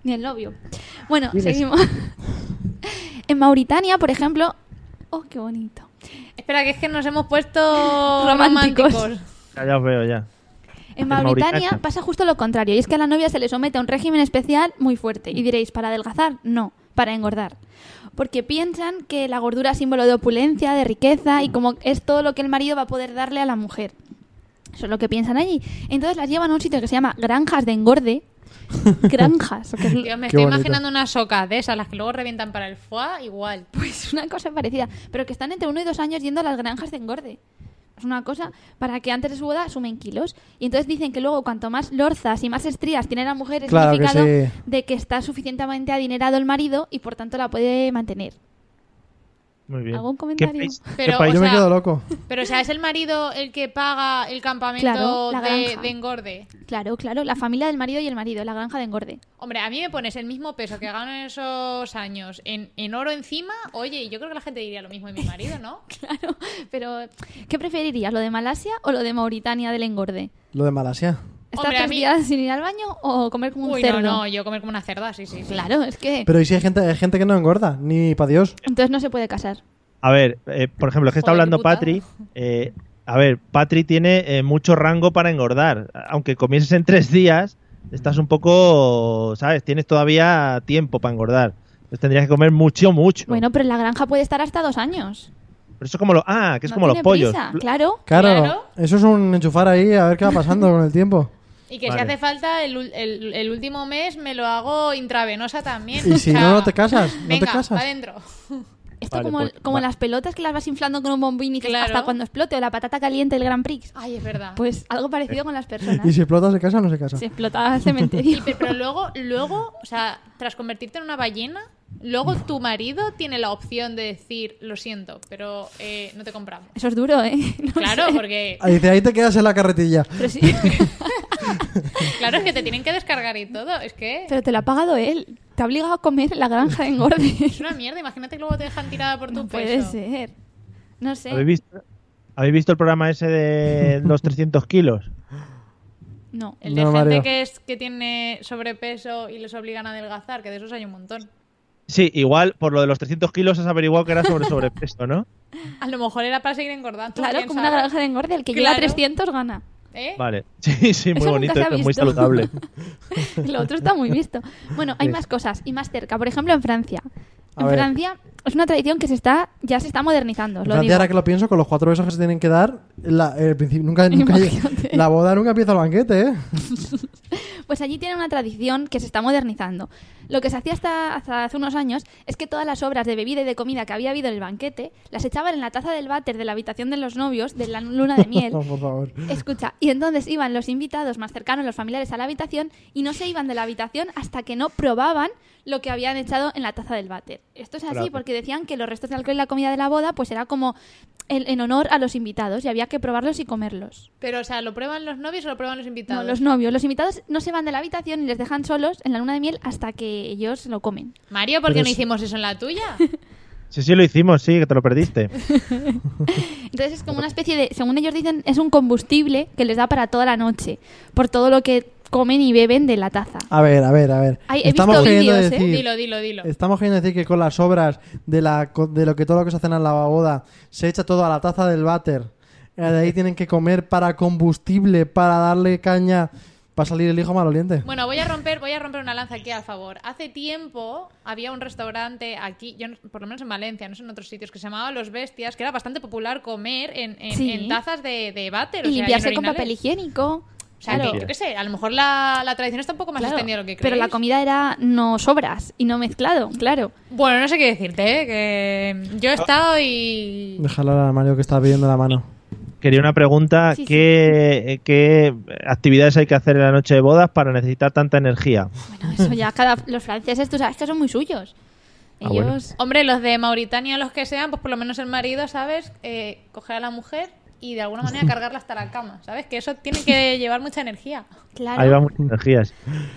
C: ni el novio. Bueno,
B: ¿Quién es?
C: seguimos. en Mauritania, por ejemplo. Oh, qué bonito.
D: Espera, que es que nos hemos puesto
C: Románticos.
D: románticos.
A: Ya, ya os veo ya.
C: En
A: En Mauritania.
C: Mauritania pasa justo lo contrario, y es que a la novia se le somete a un régimen especial muy fuerte. Y diréis, ¿para adelgazar? No, para engordar. Porque piensan que la gordura es símbolo de opulencia, de riqueza, y como es todo lo que el marido va a poder darle a la mujer. Eso es lo que piensan allí. Entonces las llevan a un sitio que se llama granjas de engorde. Granjas, que es-
D: Dios, me
B: Qué
D: estoy
B: bonito.
D: imaginando unas socas de esas, las que luego revientan para el foie, igual.
C: pues una cosa parecida, pero que están entre uno y dos años yendo a las granjas de engorde. es una cosa, para que antes de su boda sumen kilos. Y entonces dicen que luego cuanto más lorzas y más estrías tiene la mujer, es
B: Claro que
C: significado
B: sí.
C: de que está suficientemente adinerado el marido y por tanto la puede mantener.
A: Muy bien.
C: ¿Algún
A: ¿Qué
C: comentario?
A: país- qué
D: Pero,
A: país-
D: o
B: Yo me
D: sea,
B: quedo loco.
D: Pero, o sea, es el marido el que paga el campamento
C: Claro, la
D: de,
C: granja.
D: de engorde.
C: Claro, claro, la familia del marido y el marido, la granja de engorde.
D: Hombre, a mí me pones el mismo peso que gano en esos años en, en oro encima. Oye, yo creo que la gente diría lo mismo de mi marido, ¿no?
C: Claro, pero ¿qué preferirías, lo de Malasia o lo de Mauritania del engorde?
B: Lo de Malasia.
C: ¿Estar
D: Hombre, a
C: tres
D: mí-
C: días sin ir al baño o comer como un
D: Uy,
C: cerdo?
D: no, no, yo comer como una cerda, sí, sí. sí.
C: Claro, es que
B: Pero ¿y si hay gente, hay gente que no engorda? Ni para Dios.
C: entonces no se puede casar.
A: A ver, eh, por ejemplo, es que está
D: Joder, qué
A: hablando
D: putada.
A: Patri. eh, a ver, Patri tiene eh, mucho rango para engordar. Aunque comieses en tres días, estás un poco, ¿sabes? Tienes todavía tiempo para engordar. Entonces tendrías que comer mucho, mucho.
C: Bueno, pero en la granja puede estar hasta dos años.
A: Pero eso es como los... Ah, que es
C: No
A: como los
C: tiene
A: pollos.
C: prisa, claro.
B: Claro,
D: Claro.
B: eso es un enchufar ahí a ver qué va pasando con el tiempo.
D: Y que si
A: Vale.
D: hace falta, el, ul- el- el último mes me lo hago intravenosa también.
B: Y
D: o
B: si
D: sea,
B: no, no te casas. No
D: Venga,
B: te casas.
D: adentro.
C: Esto
A: Vale,
C: como,
A: pues,
C: como
A: va.
C: las pelotas que las vas inflando con un bombín y dices,
D: Claro. Ah.
C: hasta cuando explote o la patata caliente del Grand Prix.
D: Ay, es verdad.
C: Pues algo
A: Eh.
C: parecido con las
B: Y
C: personas.
B: si explota, se casa o no se casa.
C: Se explota el cementerio.
D: Pe- Pero luego, luego, o sea, tras convertirte en una ballena, luego tu marido tiene la opción de decir, lo siento, pero eh, no te compramos.
C: Eso es duro, ¿eh? No
D: Claro,
C: sé.
D: porque
B: Ahí dice, ahí te quedas en la carretilla.
C: Pero, sí.
D: claro es que te tienen que descargar y todo. Es que
C: Pero te lo ha pagado él. Te ha obligado a comer en la granja de engorde.
D: es una mierda. Imagínate que luego te dejan tirada por tu
C: no
D: peso.
C: puede ser. No sé.
A: ¿Habéis visto, ¿Habéis visto el programa ese de los 300 kilos?
C: No.
D: El de
B: No, Mario.
D: gente que, es, que tiene sobrepeso y les obligan a adelgazar, que de esos hay un montón.
A: Sí, igual por lo de los 300 kilos has averiguado que era sobre sobrepeso, ¿no?
D: A lo mejor era para seguir engordando.
C: Claro,
D: quién
C: como una
D: sabe.
C: granja de engorde. El que llega a
D: Claro.
C: 300 gana.
D: ¿Eh?
A: Vale. Sí, sí, muy
C: Eso nunca
A: bonito,
C: se ha
A: eso, muy
C: visto.
A: saludable.
C: Lo otro está muy visto. Bueno, hay
A: Sí.
C: más cosas y más cerca. Por ejemplo, en Francia.
B: A
C: en
B: ver.
C: Francia es una tradición que se está ya se está modernizando. os
B: En
C: Lo
B: Francia,
C: digo.
B: ahora que lo pienso, con los cuatro besos que se tienen que dar, la, el principio, nunca, nunca-
C: Imagínate.
B: la boda nunca empieza el banquete, ¿eh?
C: Pues allí tienen una tradición que se está modernizando. Lo que se hacía hasta, hasta hace unos años es que todas las obras de bebida y de comida que había habido en el banquete las echaban en la taza del váter de la habitación de los novios de la luna de miel.
B: No, por favor.
C: Escucha, y entonces iban los invitados más cercanos, los familiares, a la habitación y no se iban de la habitación hasta que no probaban lo que habían echado en la taza del váter. Esto es así
A: Claro.
C: porque decían que los restos de alcohol y la comida de la boda pues era como en, en honor a los invitados y había que probarlos y comerlos.
D: Pero, o sea, ¿lo prueban los novios o lo prueban los
C: No,
D: invitados?
C: los novios, los invitados no se van de la habitación y les dejan solos en la luna de miel hasta que ellos lo comen.
D: Mario, ¿por qué
B: Pero
D: no
B: es-
D: hicimos eso en la tuya?
A: Sí, sí, lo hicimos, sí, que te lo perdiste.
C: Entonces es como una especie de, según ellos dicen, es un combustible que les da para toda la noche por todo lo que comen y beben de la taza.
B: A ver, a ver, a ver.
C: Ay, he
B: estamos
C: visto
B: queriendo
C: vídeos, ¿eh?
B: decir,
D: Dilo, dilo, dilo.
B: Estamos queriendo decir que con las obras de, la, co- de lo que todo lo que se hacen en la boda se echa todo a la taza del váter. Eh, De ahí tienen que comer para combustible, para darle caña, para salir el hijo maloliente.
D: Bueno, voy a romper, voy a romper una lanza aquí al favor. Hace tiempo había un restaurante aquí, yo no- por lo menos en Valencia, no sé en otros sitios, que se llamaba Los Bestias, que era bastante popular comer en, en-
C: Sí.
D: en tazas de, de váter.
C: y
D: o sea, en
C: limpiarse con
D: orinales.
C: papel higiénico.
D: O sea,
C: Claro.
D: que, yo qué sé, a lo mejor la, la tradición está un poco más
C: Claro,
D: extendida de lo que crees.
C: Pero la comida era no sobras y no mezclado, claro.
D: Bueno, no sé qué decirte, ¿eh? que yo he estado y...
B: Déjalo al Mario que está pidiendo la mano.
A: Quería una pregunta,
C: Sí, sí.
A: ¿qué, eh, qué actividades hay que hacer en la noche de bodas para necesitar tanta energía?
C: Bueno, eso ya cada los franceses, tú sabes que son muy suyos.
A: Ah, bueno.
C: Ellos
D: Hombre, los de Mauritania, los que sean, pues por lo menos el marido, ¿sabes? Eh, coger a la mujer y de alguna manera cargarla hasta la cama, ¿sabes? Que eso tiene que llevar mucha energía.
C: claro.
A: Ahí va muchas energías.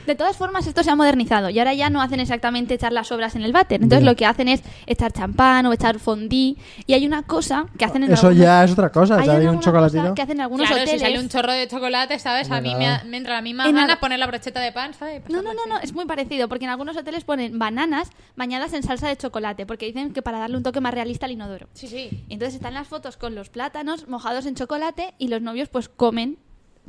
C: De todas formas, esto se ha modernizado y ahora ya no hacen exactamente echar las obras en el váter. Entonces lo que hacen es echar champán o echar fondí. Y hay una cosa que hacen en
B: Eso
C: algunos-
B: ya es otra cosa,
C: hay
B: ya hay
C: alguna
B: un
C: cosa
B: chocolatito.
C: que hacen en algunos
D: claro,
C: hoteles.
D: si sale un chorro de chocolate, ¿sabes? A mí me,
B: nada.
D: ha- me entra la misma
C: En
D: gana
C: al-
D: poner la brocheta de pan, ¿sabes?
C: No, no, no, no, es muy parecido, porque en algunos hoteles ponen bananas bañadas en salsa de chocolate, porque dicen que para darle un toque más realista al inodoro.
D: Sí, sí.
C: Entonces están las fotos con los plátanos mojados en chocolate y los novios pues comen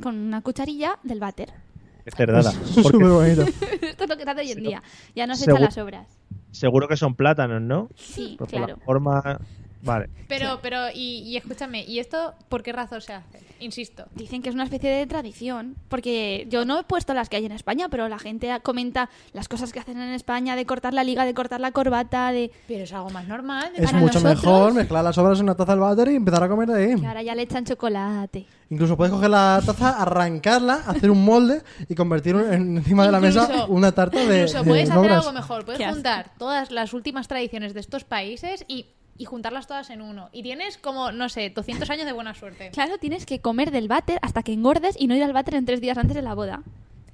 C: con una cucharilla del váter.
A: Es cerdada.
B: Súper
A: Porque
B: bonito.
C: Esto es lo que se hace hoy en día. Ya no se
A: Segu-
C: echan las obras.
A: seguro que son plátanos, ¿no?
C: Sí,
A: Pues por
C: claro.
A: la forma. Vale.
D: Pero, pero, y, y escúchame, ¿y esto por qué razón se hace? Insisto.
C: Dicen que es una especie de tradición, porque yo no he puesto las que hay en España, pero la gente comenta las cosas que hacen en España de cortar la liga, de cortar la corbata, de
D: Pero es algo más normal.
B: Es
C: Para
B: mucho
C: nosotros-
B: mejor mezclar las obras en una taza al váter y empezar a comer de ahí.
C: que ahora ya le echan chocolate.
B: Incluso puedes coger la taza, arrancarla, hacer un molde y convertir un- en- encima de la mesa
D: Incluso-
B: una tarta de, de
D: Incluso puedes hacer
B: obras.
D: algo mejor,
C: Qué
D: puedes
C: asco.
D: juntar todas las últimas tradiciones de estos países y, y juntarlas todas en uno. Y tienes como, no sé, 200 años de buena suerte.
C: Claro, tienes que comer del váter hasta que engordes y no ir al váter en tres días antes de la boda.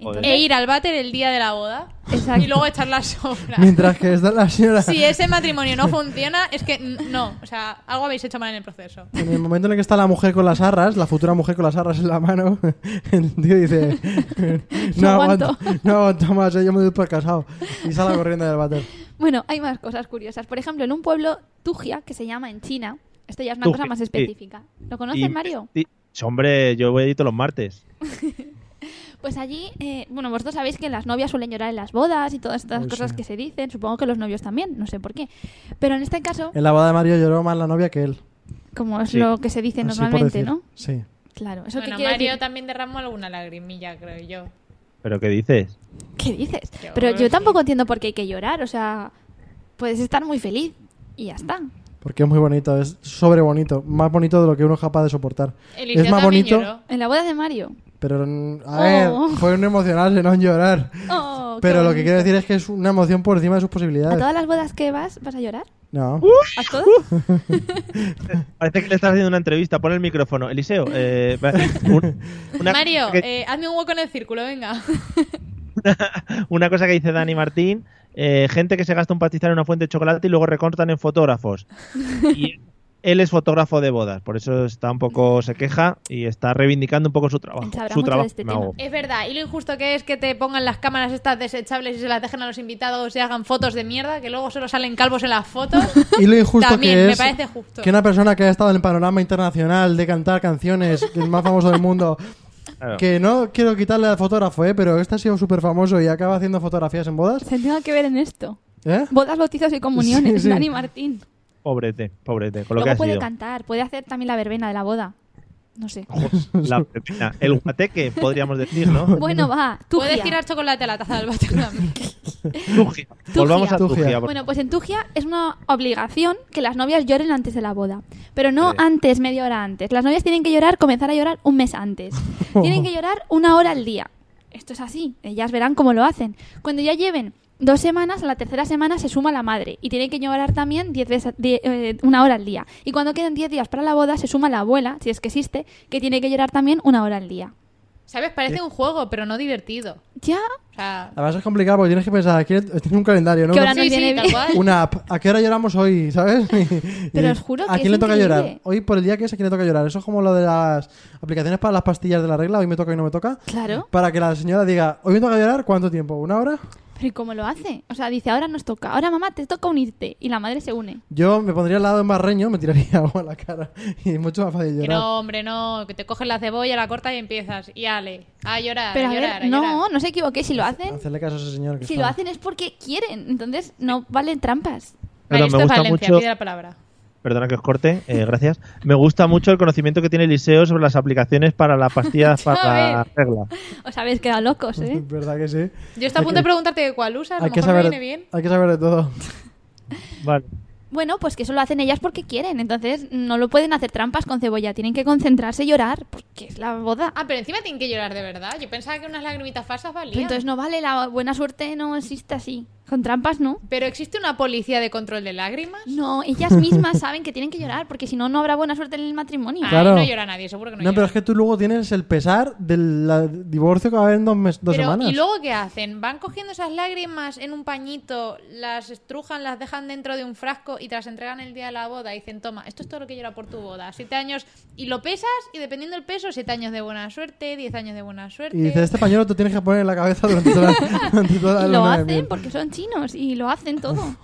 F: Joder.
C: Entonces-
D: E ir al váter el día de la boda
C: Exacto.
D: y luego echar las sobras.
B: Mientras que esta la señora...
D: Si ese matrimonio no funciona, es que n- no, o sea, algo habéis hecho mal en el proceso.
B: En el momento en el que está la mujer con las arras, la futura mujer con las arras en la mano, el tío dice: No,
C: No
B: aguanto.
C: aguanto".
B: no aguanto más, eh, yo me doy por casado. Y sale corriendo del váter.
C: Bueno, hay más cosas curiosas. Por ejemplo, en un pueblo, Tugia, que se llama en China, esto ya es una
A: Tugia,
C: cosa más
A: sí.
C: específica. ¿Lo conoces,
A: Y-
C: Mario?
A: y- hombre, yo voy edito los martes.
C: Pues allí, eh, bueno, vosotros sabéis que las novias suelen llorar en las bodas y todas estas
B: Pues
C: cosas
B: sí.
C: que se dicen. Supongo que los novios también, no sé por qué. Pero en este caso,
B: En la boda de Mario lloró más la novia que él.
C: como es
A: Sí.
C: lo que se dice
B: Así por
C: normalmente,
B: decir.
C: ¿no?
B: Sí.
C: Claro, eso
D: Bueno,
C: que quiere
D: Mario
C: decir-
D: también derramó alguna lagrimilla, creo yo.
A: ¿Pero qué dices?
C: ¿Qué dices?
D: Yo-
C: Pero yo tampoco entiendo por qué hay que llorar. O sea, puedes estar muy feliz y ya está.
B: Porque es muy bonito, es sobre bonito. Más bonito de lo que uno es capaz de soportar.
D: Eliseo
B: es más
D: también
B: bonito,
D: lloró.
C: En la boda de Mario.
B: pero. mm, A
C: Oh.
B: ver, fue un emocionarse, no un llorar.
C: Oh, qué
B: pero lo que
C: bonito.
B: quiero decir es que es una emoción por encima de sus
C: ¿A
B: posibilidades.
C: todas las bodas que vas vas a llorar?
B: No.
C: ¿A todas?
A: Parece que le estás haciendo una entrevista. Pon el micrófono. Eliseo, eh, va- un- una,
D: Mario,
A: que-
D: eh, hazme un hueco en el círculo, venga.
C: eh.
A: una cosa que dice Dani Martín, eh, gente que se gasta un pastizal en una fuente de chocolate y luego recortan en fotógrafos. Y él es fotógrafo de bodas, por eso está un poco se queja y está reivindicando un poco su trabajo.
C: Sabrá
A: su
C: mucho de
A: trabajo
C: este
A: me
C: tema.
A: hago.
D: Es verdad, y lo injusto que es que te pongan las cámaras estas desechables y se las dejen a los invitados y hagan fotos de mierda, que luego solo salen calvos en las fotos.
B: Y lo injusto
D: También
B: que
D: me
B: es
D: parece justo.
B: que una persona que ha estado en el panorama internacional de cantar canciones, que es el más famoso del mundo,
A: Claro.
B: que no quiero quitarle al fotógrafo, ¿eh? pero este ha sido súper famoso y acaba haciendo fotografías en bodas.
C: Se tenga que ver en esto.
B: ¿eh?
C: Bodas, bautizos y comuniones.
B: Sí, sí.
C: Dani Martín.
A: Pobrete, pobrete, con lo que
C: Luego
A: ha
C: puede
A: sido.
C: cantar, puede hacer también la verbena de la boda. No sé.
A: La verbena, el guateque, podríamos decir, ¿no?
C: Bueno, va. Tugia.
D: Puedes tirar chocolate a la taza del váter también.
A: Tugia. Volvamos a
B: Tugia.
A: Tugia. por-
C: Bueno, pues en Tugia es una obligación que las novias lloren antes de la boda. Pero no
A: Sí.
C: antes, media hora antes. Las novias tienen que llorar, comenzar a llorar un mes antes. Tienen que llorar una hora al día. Esto es así. Ellas verán cómo lo hacen. Cuando ya lleven dos semanas, a la tercera semana se suma la madre. Y tienen que llorar también diez veces, die- eh, una hora al día. Y cuando quedan diez días para la boda, se suma la abuela, si es que existe, que tiene que llorar también una hora al día.
D: ¿Sabes?
C: Eh.
D: Parece un juego, pero no divertido.
C: Ya.
D: O sea,
B: Además es complicado porque tienes que pensar, aquí tiene un calendario, ¿no?
C: Que ahora Ah, no
D: sí,
C: viene
D: sí, tal
C: bien.
D: cual.
B: Una app. ¿A qué hora lloramos hoy? ¿Sabes?
C: Pero
B: Y-
C: os juro que
B: ¿A
C: es
B: quién le toca
C: increíble.
B: llorar? Hoy por el día que es a quién le toca llorar. Eso es como lo de las aplicaciones para las pastillas de la regla, hoy me toca y no me toca.
C: Claro.
B: Para que la señora diga, hoy me toca llorar, ¿cuánto tiempo? ¿Una hora?
C: Pero ¿y cómo lo hace? O sea, dice, ahora nos toca. Ahora, mamá, te toca unirte. Y la madre se une.
B: Yo me pondría al lado de un barreño, me tiraría agua a la cara y es mucho más fácil
D: que
B: llorar.
D: no, hombre, no. Que te coges la cebolla, la cortas y empiezas. Y ale, a llorar,
C: Pero
D: a
C: a
D: llorar,
C: ver,
D: a
C: no,
D: llorar.
C: no se equivoquéis. Si lo hacen,
B: Hacerle caso a ese señor que
C: si
B: está-
C: lo hacen es porque quieren. Entonces, no valen trampas.
D: Vale,
A: Pero
D: esto
A: me
D: es
A: gusta
D: Valencia,
A: mucho-
D: pide la palabra.
A: Perdona que os corte, eh, gracias. Me gusta mucho el conocimiento que tiene Eliseo sobre las aplicaciones para las pastillas para la
C: ver.
A: regla.
C: Os habéis quedado locos, ¿eh?
B: ¿Verdad que sí?
D: Yo estoy a punto de preguntarte cuál usas, a lo
B: Hay que,
D: mejor
B: saber,
D: me viene bien.
B: hay que saber de todo.
A: Vale.
C: Bueno, pues que eso lo hacen ellas porque quieren. Entonces, no lo pueden hacer trampas con cebolla. Tienen que concentrarse y llorar porque es la boda.
D: Ah, pero encima tienen que llorar de verdad. Yo pensaba que unas lagrimitas falsas valían.
C: Entonces, no vale. La buena suerte no existe así. Con trampas, no.
D: ¿Pero existe una policía de control de lágrimas?
C: No, ellas mismas saben que tienen que llorar porque si no, no habrá buena suerte en el matrimonio.
D: Ay,
B: Claro.
D: no llora nadie, seguro que no,
B: No, pero
D: llora.
B: es que tú luego tienes el pesar del la- divorcio que va a haber en dos, mes- dos
D: Pero,
B: semanas.
D: ¿Y luego qué hacen? ¿Van cogiendo esas lágrimas en un pañito, las estrujan, las dejan dentro de un frasco y te las entregan el día de la boda? Y dicen, toma, esto es todo lo que llora por tu boda. Siete años y lo pesas y dependiendo del peso, siete años de buena suerte, diez años de buena suerte.
B: Y dices, este pañuelo te tienes que poner en la cabeza durante toda, durante toda la
C: Y lo
B: luna de
C: hacen
B: miel".
C: porque son chinos y lo hacen todo.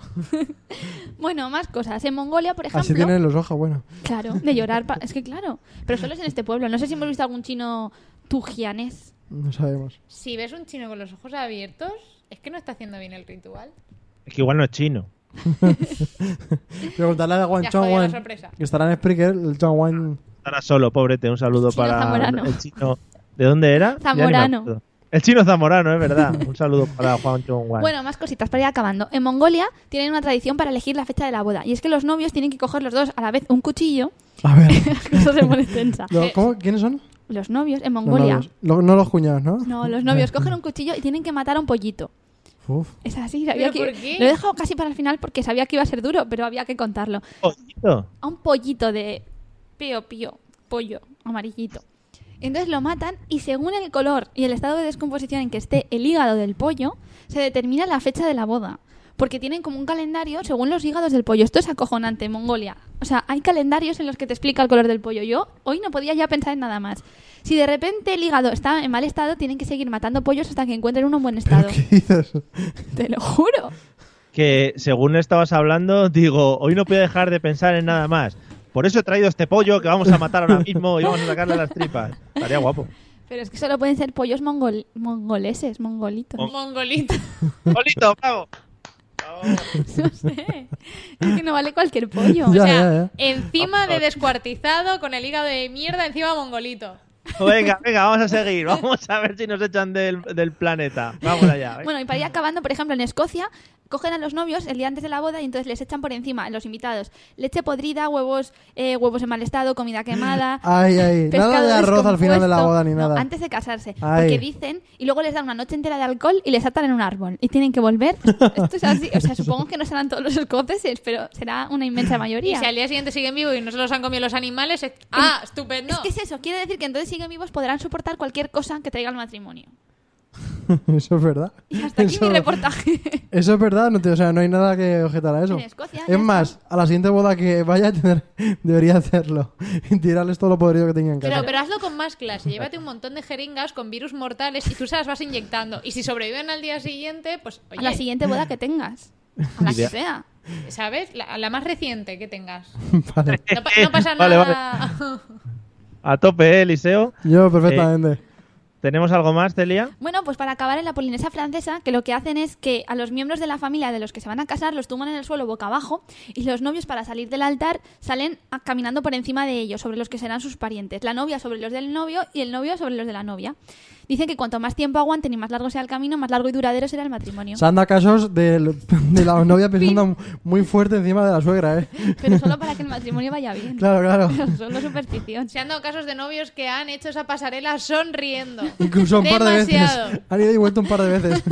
C: bueno, más cosas. En Mongolia, por ejemplo.
B: Así tienen los ojos, bueno.
C: Claro, de llorar. pa- Es que claro. Pero solo es en este pueblo. No sé si hemos visto algún chino tujianés.
B: No sabemos.
D: Si ves un chino con los ojos abiertos, es que no está haciendo bien el ritual.
A: Es que igual no es chino.
B: Preguntarle a Juan
D: Ya
B: Chong
D: jodido la
B: Wan,
D: sorpresa.
B: que estará en Spreaker, el Chong Wan.
A: Estará solo, pobrete. Un saludo
C: Chino
A: para
C: Zamorano.
A: el chino. ¿De dónde era? Ya ni me
C: Zamorano.
A: acuerdo. El chino zamorano, es verdad. Un saludo para Juan Chong Wan.
C: Bueno, más cositas para ir acabando. En Mongolia tienen una tradición para elegir la fecha de la boda. Y es que los novios tienen que coger los dos a la vez un cuchillo.
B: A ver,
C: Eso se pone tensa.
B: lo- ¿cómo? ¿quiénes son?
C: Los novios en
B: Los
C: Mongolia.
B: novios. Lo- no los cuñados, ¿no?
C: No, los novios cogen un cuchillo y tienen que matar a un pollito.
B: Uf.
C: Es así, sabía
D: ¿Pero
C: que-
D: por qué?
C: Lo he dejado casi para el final porque sabía que iba a ser duro, pero había que contarlo.
A: Pollito.
C: A un pollito de pío, pío, pollo, amarillito. Entonces lo matan y según el color y el estado de descomposición en que esté el hígado del pollo, se determina la fecha de la boda. Porque tienen como un calendario según los hígados del pollo. Esto es acojonante, Mongolia. O sea, hay calendarios en los que te explica el color del pollo. Yo hoy no podía ya pensar en nada más. Si de repente el hígado está en mal estado, tienen que seguir matando pollos hasta que encuentren uno en buen
B: ¿Pero
C: estado.
B: qué dices?
C: Te lo juro.
A: que según estabas hablando, digo, hoy no puedo dejar de pensar en nada más. Por eso he traído este pollo que vamos a matar ahora mismo y vamos a sacarle las tripas. Estaría guapo.
C: Pero es que solo pueden ser pollos mongol- mongoleses, mongolitos.
D: Mongolito.
A: ¡Polito, bravo!
C: No sé. Es que no vale cualquier pollo.
B: Ya,
D: o sea,
B: ya, ya.
D: encima de descuartizado, con el hígado de mierda, encima mongolito.
A: Pues Venga, venga, vamos a seguir. Vamos a ver si nos echan del, del planeta. Vamos allá.
C: Bueno, y para ir acabando, por ejemplo, en Escocia cogen a los novios el día antes de la boda y entonces les echan por encima a los invitados leche podrida, huevos, eh, huevos en mal estado, comida quemada.
B: Ay, ay. Nada de
C: pescado
B: arroz al final de la
C: descompuesto.
B: boda ni
C: No,
B: nada.
C: Antes de casarse.
B: Ay.
C: Porque dicen, y luego les dan una noche entera de alcohol y les atan en un árbol. Y tienen que volver. Esto es así. O sea, supongo que no serán todos los escoceses, pero será una inmensa
D: Y
C: mayoría.
D: si al día siguiente siguen vivos y no se los han comido los animales, es- ¡ah, estupendo!
C: Es que es eso, quiere decir que entonces siguen vivos podrán soportar cualquier cosa que traiga el matrimonio.
B: Eso es verdad.
C: Y hasta aquí
B: Eso-
C: mi reportaje.
B: Eso es verdad, no te- o sea, no hay nada que objetar a eso.
C: En Escocia, ya
B: es más, a la siguiente boda que vaya a tener, debería hacerlo. Y tirarles todo lo podrido que tengan en casa.
D: Pero, pero hazlo con más clase. Llévate un montón de jeringas con virus mortales y tú se las vas inyectando. Y si sobreviven al día siguiente, pues
C: a la
D: oye,
C: siguiente boda que tengas. A la que
A: Idea.
C: sea.
D: ¿sabes? La, a la más reciente que tengas.
B: Vale.
D: No, pa- no pasa
A: Vale,
D: nada.
A: A tope, ¿eh, Eliseo.
B: Yo perfectamente.
A: ¿Tenemos algo más, Celia?
C: Bueno, pues para acabar en la Polinesia francesa, que lo que hacen es que a los miembros de la familia de los que se van a casar los tuman en el suelo boca abajo y los novios para salir del altar salen a- caminando por encima de ellos, sobre los que serán sus parientes. La novia sobre los del novio y el novio sobre los de la novia. Dicen que cuanto más tiempo aguanten y más largo sea el camino, más largo y duradero será el matrimonio.
B: Se han dado casos del- de la novia pensando muy fuerte encima de la suegra, ¿eh?
C: Pero solo para que el matrimonio vaya bien.
B: Claro, claro.
C: Solo superstición.
D: Se han dado casos de novios que han hecho esa pasarela sonriendo.
B: Incluso un par de veces.
D: Demasiado.
B: Han ido y vuelto un par de veces.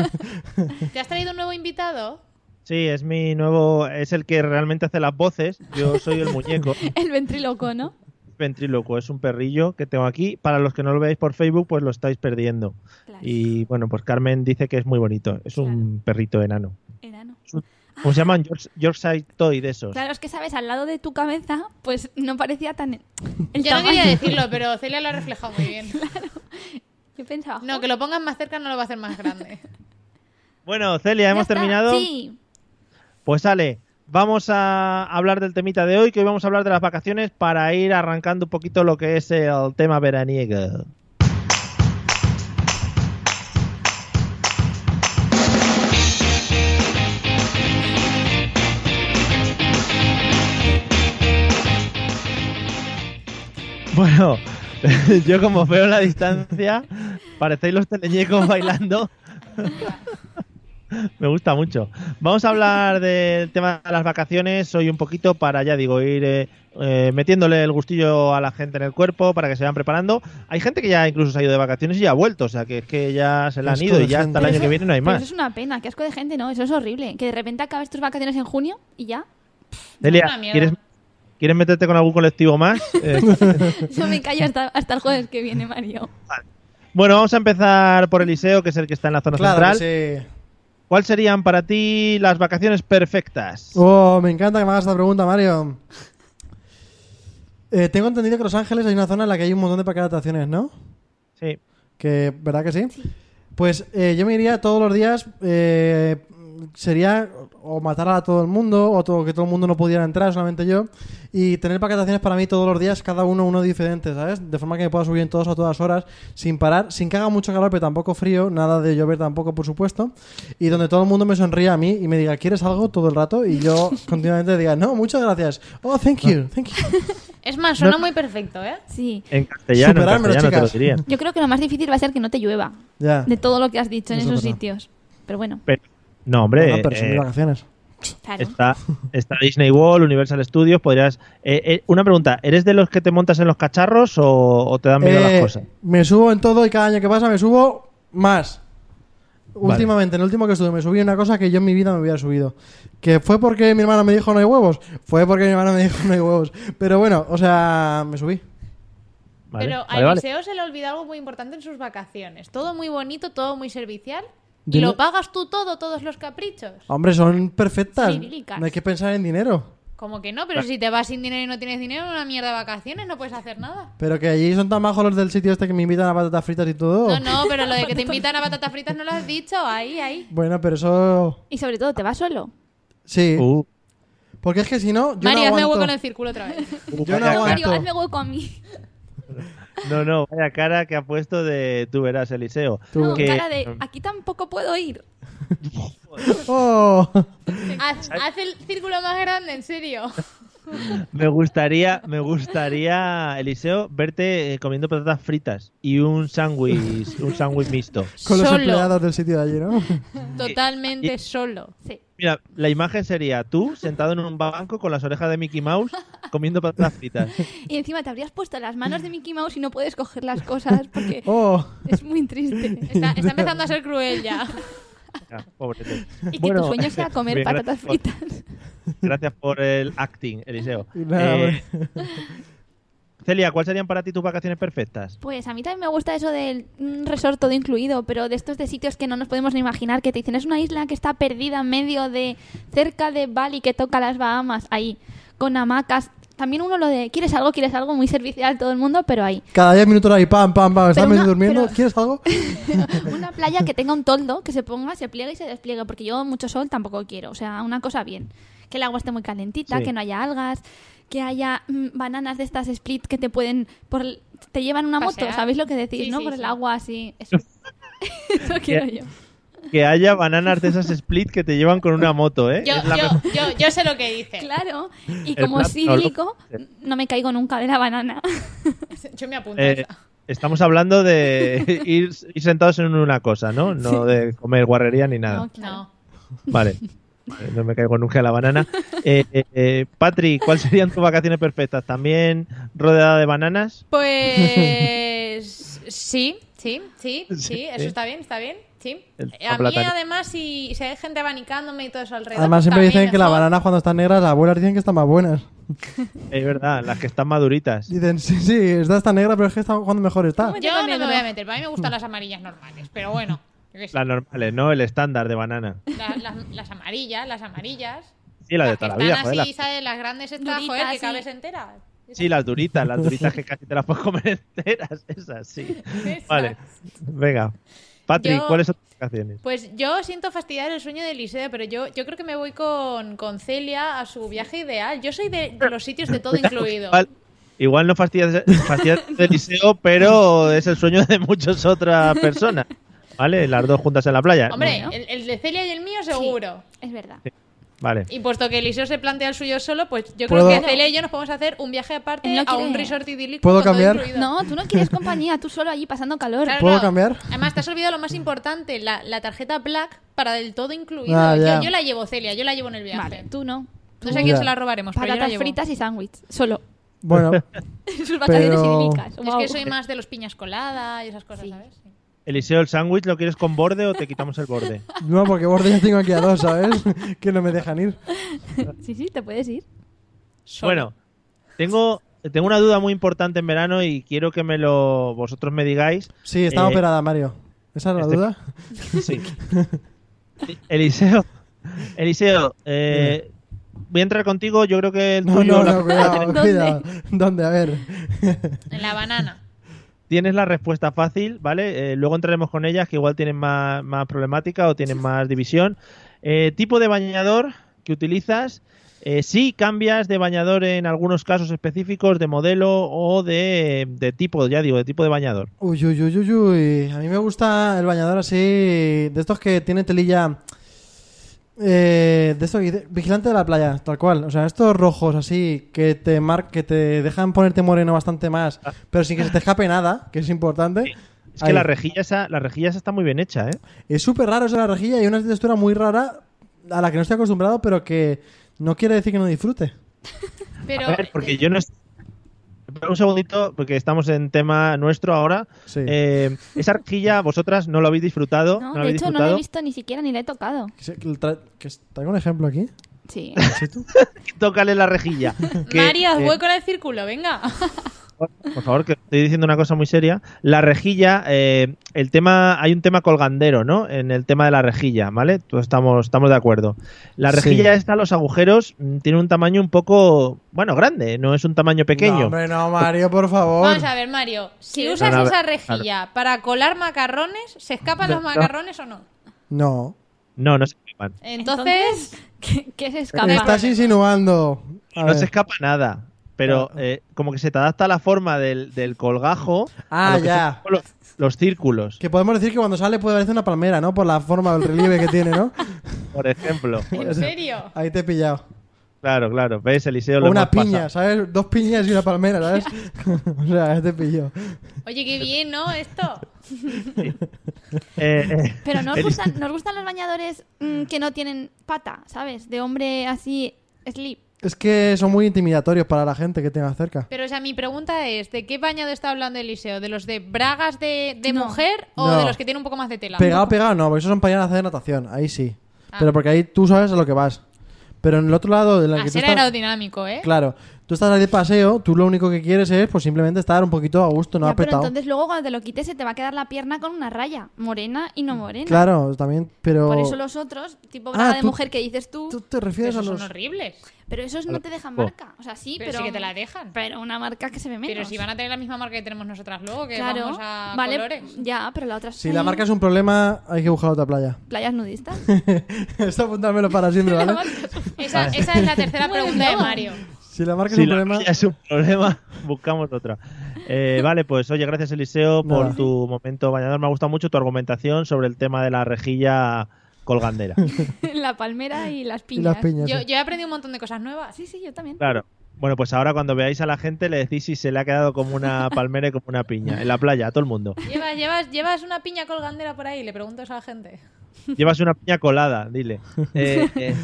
D: ¿Te has traído un nuevo invitado?
A: Sí, es mi nuevo. Es el que realmente hace las voces. Yo soy el muñeco.
C: El ventríloco, ¿no?
A: Ventriloco es un perrillo que tengo aquí. Para los que no lo veáis por Facebook, pues lo estáis perdiendo.
C: Claro.
A: Y bueno, pues Carmen dice que es muy bonito. Es un perrito enano.
C: Enano.
A: ¿Cómo se llaman? Yorks- Yorkshire Toy de esos.
C: Claro, es que sabes, al lado de tu cabeza, pues no parecía tan. El
D: Yo no
C: tamaño.
D: quería decirlo, pero Celia lo ha reflejado muy bien.
C: Yo pensaba. "Oh,
D: No, que lo pongan más cerca no lo va a hacer más grande.
A: Bueno, Celia,
C: "Ya
A: hemos
C: está".
A: terminado.
C: Sí.
A: Pues sale. Vamos a hablar del temita de hoy, que hoy vamos a hablar de las vacaciones para ir arrancando un poquito lo que es el tema veraniego. Bueno, yo como veo la distancia, parecéis los teleñecos bailando. Me gusta mucho. Vamos a hablar del tema de las vacaciones hoy un poquito para, ya digo, ir eh, eh, metiéndole el gustillo a la gente en el cuerpo para que se vayan preparando. Hay gente que ya incluso se ha ido de vacaciones y ya ha vuelto, o sea que es que ya se la han
B: Asco
A: ido
B: de
A: y ya
B: gente.
A: hasta el año
C: Pero
A: que
C: eso-
A: viene no hay
C: pero
A: más.
C: Eso es una pena, qué asco de gente, no, eso es horrible. Que de repente acabes tus vacaciones en junio y ya.
A: Celia,
D: una mierda.
A: ¿quieres, ¿quieres meterte con algún colectivo más? Eh,
C: Yo me callo hasta, hasta el jueves que viene, Mario.
A: bueno, vamos a empezar por Eliseo, que es el que está en la zona
B: Claro
A: central.
B: que sí.
A: ¿Cuáles serían para ti las vacaciones perfectas?
B: Oh, me encanta que me hagas esta pregunta, Mario. Eh, tengo entendido que en Los Ángeles hay una zona en la que hay un montón de parques de atracciones, ¿no?
A: Sí.
B: Que, ¿Verdad que sí? Pues eh, yo me iría todos los días eh, sería o matar a todo el mundo o todo, que todo el mundo no pudiera entrar, solamente yo. Y tener paquetaciones para mí todos los días, cada uno uno diferente, ¿sabes? De forma que me pueda subir en todos a todas horas, sin parar, sin que haga mucho calor, pero tampoco frío, nada de llover tampoco, por supuesto. Y donde todo el mundo me sonría a mí y me diga, ¿quieres algo? todo el rato. Y yo continuamente diga, no, muchas gracias. Oh, thank
A: Ah.
B: you, thank you.
D: Es más, suena muy perfecto, ¿eh?
C: Sí.
A: En castellano, en
B: Superármelo,
A: castellano te lo
B: chicas.
A: dirían.
C: Yo creo que lo más difícil va a ser que no te llueva
A: Ah.
B: Ya.
C: de todo lo que has dicho en
B: Eso
C: esos
B: es verdad.
C: sitios. Pero bueno,
A: Pero- no, hombre.
B: No, pero son
A: eh,
B: mis vacaciones.
C: claro.
A: Está, está Disney World, Universal Studios, podrías... eh, eh, una pregunta, ¿eres de los que te montas en los cacharros o, o te dan miedo
B: Eh,
A: las cosas?
B: Me subo en todo y cada año que pasa me subo más. Últimamente, en el último que estuve, me subí en una cosa que yo en mi vida me había subido. ¿Que fue porque mi hermano me dijo no hay huevos? Fue porque mi hermano me dijo no hay huevos. Pero bueno, o sea, me subí.
A: Vale,
D: Pero a
A: vale, vale.
D: Eliseo se le olvida algo muy importante en sus vacaciones. Todo muy bonito, todo muy servicial. Y
B: Dime-
D: lo pagas tú todo, todos los caprichos.
B: Hombre, son perfectas.
D: Cirílicas.
B: No hay que pensar en dinero.
D: Como que
A: Ah.
D: no, pero si te vas sin dinero y no tienes dinero, una mierda de vacaciones, no puedes hacer nada.
B: Pero que allí son tan majos los del sitio este que me invitan a patatas fritas y todo.
D: No, no, pero lo de que te invitan a patatas fritas no lo has dicho. Ahí, ahí.
B: Bueno, pero eso.
C: Y sobre todo, ¿te vas solo?
B: Sí.
A: Uh,
B: Porque es que si no. Yo
D: María,
B: no
D: hazme
B: aguanto.
D: hueco en el círculo otra vez.
B: Yo no
A: Mario,
C: Mario,
B: aguanto.
C: hazme hueco a mí.
A: no, no, vaya cara que ha puesto de tú verás, Eliseo.
C: No,
A: que-
C: cara de, aquí tampoco puedo ir.
B: Oh.
D: Haz, haz el círculo más grande, en serio.
A: Me gustaría, me gustaría, Eliseo, verte eh, comiendo patatas fritas y un sándwich, un sándwich mixto.
B: Con los
D: Solo.
B: empleados del sitio de allí, ¿no?
D: Totalmente solo.
C: Sí.
A: Mira, la imagen sería tú sentado en un banco con las orejas de Mickey Mouse comiendo patatas fritas.
C: Y encima te habrías puesto las manos de Mickey Mouse y no puedes coger las cosas porque
B: Oh.
C: es muy triste.
D: Está, está empezando a ser cruel ya.
A: Ah, pobrete.
C: Y que
A: Bueno,
C: tu sueño sea comer
A: bien,
C: patatas
A: gracias por-
C: fritas.
A: Gracias por el acting, Eliseo.
B: Nada,
A: Eh, Celia, ¿cuáles serían para ti tus vacaciones perfectas?
C: Pues a mí también me gusta eso del mm, resort todo incluido, pero de estos de sitios que no nos podemos ni imaginar, que te dicen es una isla que está perdida en medio de, cerca de Bali, que toca las Bahamas, ahí, con hamacas. También uno lo de, ¿quieres algo? ¿Quieres algo? Muy servicial todo el mundo, pero ahí.
B: Cada 10 minutos ahí, pam, pam, pam. ¿Estás
C: Pero una-
B: durmiendo?
C: pero-
B: ¿Quieres algo?
C: una playa que tenga un toldo, que se ponga, se pliegue y se despliegue, porque yo mucho sol tampoco quiero. O sea, una cosa bien. Que el agua esté muy calentita,
A: Sí.
C: que no haya algas, que haya mm, bananas de estas split que te pueden... Por el- te llevan una moto,
D: Pasear.
C: ¿sabéis lo que decís?
D: Sí,
C: ¿no?
D: sí,
C: por
D: sí.
C: el agua así. Eso, Eso quiero yo.
A: Que haya bananas de esas split que te llevan con una moto, ¿eh?
D: Yo,
A: Es la
D: yo, yo, yo sé lo que dice.
C: Claro. Y
A: El
C: como
A: plátano,
C: cítrico,
A: loco.
C: no me caigo nunca de la banana.
D: Yo me apunto. a
A: Eh,
D: esa.
A: estamos hablando de ir, ir sentados en una cosa, ¿no? No de comer guarrería ni nada.
C: No,
D: No.
A: Vale. Vale, No me caigo nunca en la banana. Eh, eh, eh, Patri, ¿cuáles serían tus vacaciones perfectas? ¿También rodeada de bananas?
D: Pues sí, sí, sí, sí,
A: Sí.
D: eso está bien, está bien, sí.
A: El
D: Eh, A mí
A: plátano.
D: además si, si hay gente abanicándome y todo eso alrededor.
B: Además,
D: pues
B: siempre
D: también
B: dicen que las
D: mejor.
B: bananas cuando están negras, las abuelas dicen que están más buenas.
A: Es verdad, las que están maduritas.
B: Dicen, sí, sí, esta está negra, pero es que está cuando mejor está.
C: Bueno.
D: Yo no me
C: Negro.
D: voy a meter, para mí me gustan las amarillas normales, pero bueno, yo qué sé,
A: Las normales, ¿no? El estándar de banana.
D: la- las, las amarillas, las amarillas.
A: Sí, las de
D: las que
A: toda la
D: están
A: vida, joder.
D: así,
A: las-
D: ¿sabes? Las grandes estas,
C: Duritas,
D: joder, que
C: sí.
D: cabes enteras.
A: Sí, las duritas, las duritas que casi te las puedes comer enteras. Esas, sí.
D: Esas.
A: Vale. Venga. Patri,
D: Yo-
A: ¿cuáles son tus vacaciones?
D: Pues yo siento fastidiar el sueño de Eliseo, pero yo, yo creo que me voy con, con Celia a su viaje ideal. Yo soy de, de los sitios de todo incluido.
A: Igual, igual no fastidias, fastidias el liceo, pero es el sueño de muchas otras personas. ¿Vale? Las dos juntas en la playa.
D: Hombre,
C: Bueno.
D: el, el de Celia y el mío seguro.
C: Es verdad.
A: Vale.
D: Y puesto que Eliseo se plantea el suyo solo, pues yo
B: ¿Puedo-
D: creo que Celia y yo nos podemos hacer un viaje aparte
C: Él no
D: a un
C: quiere.
D: resort idílico.
B: ¿Puedo
D: con todo
B: cambiar?
D: incluido.
C: No, tú no quieres compañía, tú solo allí pasando calor.
D: Claro,
B: ¿Puedo
D: claro.
B: cambiar?
D: Además, te has olvidado lo más importante, la, la tarjeta Black para del todo incluido.
B: Ah, ya.
D: yo, yo la llevo, Celia, yo la llevo en el viaje.
C: Vale, tú no.
D: No sé a quién
B: Ya.
D: se la robaremos, pero yo la
C: Patatas
D: llevo.
C: fritas y sándwich, solo.
B: Bueno,
C: Sus vacaciones
B: Pero-
C: idílicas.
D: Es
C: Guau.
D: que soy más de los piñas coladas y esas cosas,
C: Sí.
D: ¿sabes?
A: Eliseo, ¿el sándwich lo quieres con borde o te quitamos el borde?
B: no, porque borde ya tengo aquí a dos, ¿sabes? que no me dejan ir.
C: Sí, sí, te puedes ir.
D: Solo.
A: Bueno, tengo, tengo una duda muy importante en verano y quiero que me lo vosotros me digáis.
B: Sí, está
A: Eh,
B: operada, Mario. ¿Esa era la
A: este-
B: duda?
A: Sí. Eliseo, Eliseo, eh, voy a entrar contigo. Yo creo que el
B: No,
A: tuyo
B: no,
A: la-
B: no, cuidado,
C: ¿Dónde?
B: cuidado. ¿Dónde? A ver.
D: En la banana.
A: tienes la respuesta fácil, ¿vale? Eh, luego entraremos con ellas, que igual tienen más, más problemática o tienen más división. Eh, tipo de bañador que utilizas. Eh, sí cambias de bañador en algunos casos específicos, de modelo o de, de tipo, ya digo, de tipo de bañador.
B: Uy, uy, uy, uy, uy. A mí me gusta el bañador así, de estos que tiene telilla. eh, de estos que dice- vigilante de la playa, tal cual. O sea, estos rojos así que te mar que te dejan ponerte moreno bastante más, pero sin que se te escape nada, que es importante.
A: Ah. Es que
B: Ahí.
A: la rejilla, esa, la rejilla esa está muy bien hecha, ¿eh?
B: Es súper raro esa la rejilla y una textura muy rara a la que no estoy acostumbrado, pero que no quiere decir que no disfrute.
D: Pero,
A: A ver,
C: eh,
A: porque yo no... es- Espera Un segundito, porque estamos en tema nuestro ahora.
B: Sí.
A: Eh, esa rejilla vosotras no lo habéis disfrutado. No,
C: No,
A: lo
C: de
A: habéis
C: hecho, no
A: disfrutado.
C: la he visto ni siquiera ni la he tocado.
B: Que se- que el tra- que es- ¿Traigo un ejemplo aquí?
C: Sí.
B: ¿Sí tú?
A: Tócale la rejilla. que,
D: María, haz
A: eh,
D: hueco en el círculo, venga.
A: Por favor, que estoy diciendo una cosa muy seria. La rejilla, eh, el tema, hay un tema colgandero, ¿no? En el tema de la rejilla, ¿vale? Todos estamos, estamos de acuerdo. La
B: Sí.
A: rejilla esta, los agujeros, mm, tiene un tamaño un poco, bueno, grande, no es un tamaño pequeño.
B: No, hombre, no, Mario, por favor.
D: Vamos a ver, Mario. Si usas
A: No, no, a
D: esa
A: ver,
D: rejilla para colar macarrones, ¿se escapan los macarrones o no?
B: No.
A: No, no se escapan.
D: Entonces,
C: ¿Qué, qué se escapa?
B: Me estás insinuando. A
A: No
B: ver.
A: se escapa nada. Pero eh, como que se te adapta a la forma del, del colgajo.
B: Ah,
A: a lo que
B: ya.
A: son Los, los círculos,
B: Que podemos decir que cuando sale puede parecer una palmera, ¿no? Por la forma o el relieve que tiene, ¿no?
A: por ejemplo.
D: ¿en serio?
B: Ahí te he pillado.
A: Claro, claro. ¿Ves, Eliseo? Lo
B: O una
A: hemos pasado.
B: piña, ¿sabes? Dos piñas y una palmera, ¿sabes? o sea, ahí te pilló.
D: Oye, qué bien, ¿no? Esto.
A: Eh, eh,
C: Pero nos
A: Elis-
C: gustan, nos gustan los bañadores mm, que no tienen pata, ¿sabes? De hombre así, slip.
B: Es que son muy intimidatorios para la gente que tenga cerca.
D: Pero, o sea, mi pregunta es, ¿de qué bañado está hablando Eliseo? ¿De los de bragas de, de
C: No.
D: mujer o
B: No.
D: de los que tienen un poco más de tela?
B: Pegado, pegado, no, porque esos son para ir a hacer natación, ahí sí.
D: Ah.
B: Pero porque ahí tú sabes a lo que vas. Pero en el otro lado, en el
D: A
B: que tú
D: ser
B: estás-
D: aerodinámico, ¿eh?
B: Claro, tú estás ahí de paseo, tú lo único que quieres es pues simplemente estar un poquito a gusto, no
C: Ya, pero
B: apretado.
C: entonces luego cuando te lo quites se te va a quedar la pierna con una raya, morena y no morena.
B: Claro, también, pero...
C: Por eso los otros, tipo
B: Ah,
C: braga de
B: tú-
C: mujer que dices tú,
B: Tú te
D: Pero
B: refieres a
D: esos
B: los...
D: son horribles.
C: pero esos no te dejan marca. O sea, sí,
D: Pero
C: pero, mm,
D: sí que te la dejan.
C: Pero una marca que se ve menos.
D: Pero si van a tener la misma marca que tenemos nosotras luego, que
C: claro,
D: vamos a
C: vale,
D: colores.
C: ya, pero la otra es
B: Si la
C: muy-
B: marca es un problema, hay que buscar otra playa.
C: playas nudistas.
B: Esto apuntármelo para siempre, ¿vale?
D: Esa, esa es la tercera pregunta de Mario.
B: Si la marca
A: Si
B: es un
A: la
B: problema...
A: rejilla es un problema, buscamos otra. Eh, vale, pues oye, gracias Eliseo por
B: Nada.
A: tu momento bañador. Me ha gustado mucho tu argumentación sobre el tema de la rejilla colgandera.
C: la palmera y las
B: Y
C: piñas.
B: las piñas.
D: Yo,
B: sí.
D: yo he aprendido un montón de cosas nuevas.
C: Sí, sí, yo también.
A: Claro. Bueno, pues ahora cuando veáis a la gente le decís si se le ha quedado como una palmera y como una piña. En la playa, a todo el mundo.
D: Llevas, llevas, llevas una piña colgandera por ahí, le preguntas a la gente.
A: Llevas una piña colada, dile. Eh, eh,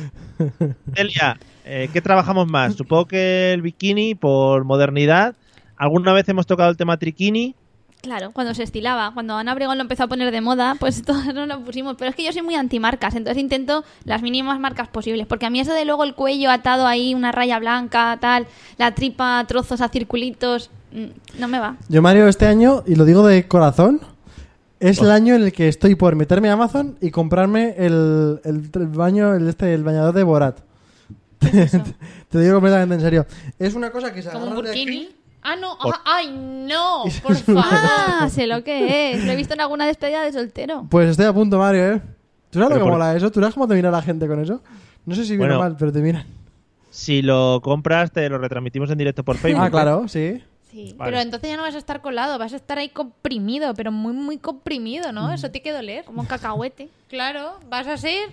A: Celia, eh, ¿qué trabajamos más? Supongo que el bikini por modernidad. ¿Alguna vez hemos tocado el tema triquini?
C: Claro, cuando se estilaba, cuando Ana Obregón lo empezó a poner de moda, pues todos nos lo pusimos. Pero es que yo soy muy antimarcas, entonces intento las mínimas marcas posibles. Porque a mí eso de luego el cuello atado ahí, una raya blanca, tal, la tripa, trozos a circulitos, mm, no me va.
B: Yo, Mario, este año, y lo digo de corazón, es el año en el que estoy por meterme a Amazon y comprarme el, el- el baño, el, este, el bañador de Borat. Te digo completamente en serio. Es una cosa que se
D: Como un
B: agarra de aquí.
D: burkini. Ah, no. ah, ¡Ay, no!
B: Y se
D: Por
B: sube.
D: favor.
C: Ah, sé lo que es. Lo he visto en alguna despedida de soltero.
B: Pues estoy a punto, Mario, ¿eh? ¿Tú sabes lo
A: Pero
B: que
A: por-
B: mola eso? ¿Tú sabes cómo te mira la gente con eso? No sé si bien o
A: Bueno.
B: mal, pero te miran.
A: Si lo compras, te lo retransmitimos en directo por Facebook.
B: Ah, claro, sí.
C: Sí.
A: Vale.
D: Pero entonces ya no vas a estar colado, vas a estar ahí comprimido, pero muy, muy comprimido, ¿no? Eso tiene que doler.
C: Como un cacahuete.
D: Claro, vas a ser.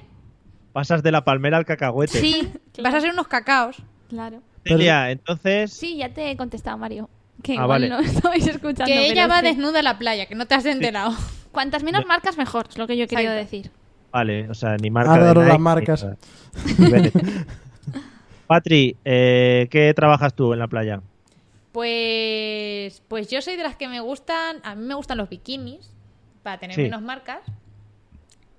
A: Pasas de la palmera al cacahuete.
D: Sí, vas a ser unos cacaos.
C: Claro.
A: Celia, entonces.
C: Sí, ya te he contestado, Mario. Que
A: Ah,
C: igual
A: vale.
C: no estabais escuchando.
D: Que
C: pero
D: ella
C: es
D: va
C: que
D: desnuda a la playa, que no te has enterado.
C: Cuantas menos marcas, mejor, es lo que yo he querido
D: Exacto.
C: decir.
A: Vale, o sea, ni marca.
B: Ahora
A: de
B: daros
A: Nike,
B: las marcas.
A: ni nada. Patri, eh, ¿qué trabajas tú en la playa?
D: Pues, pues yo soy de las que me gustan, a mí me gustan los bikinis para tener
A: Sí.
D: menos marcas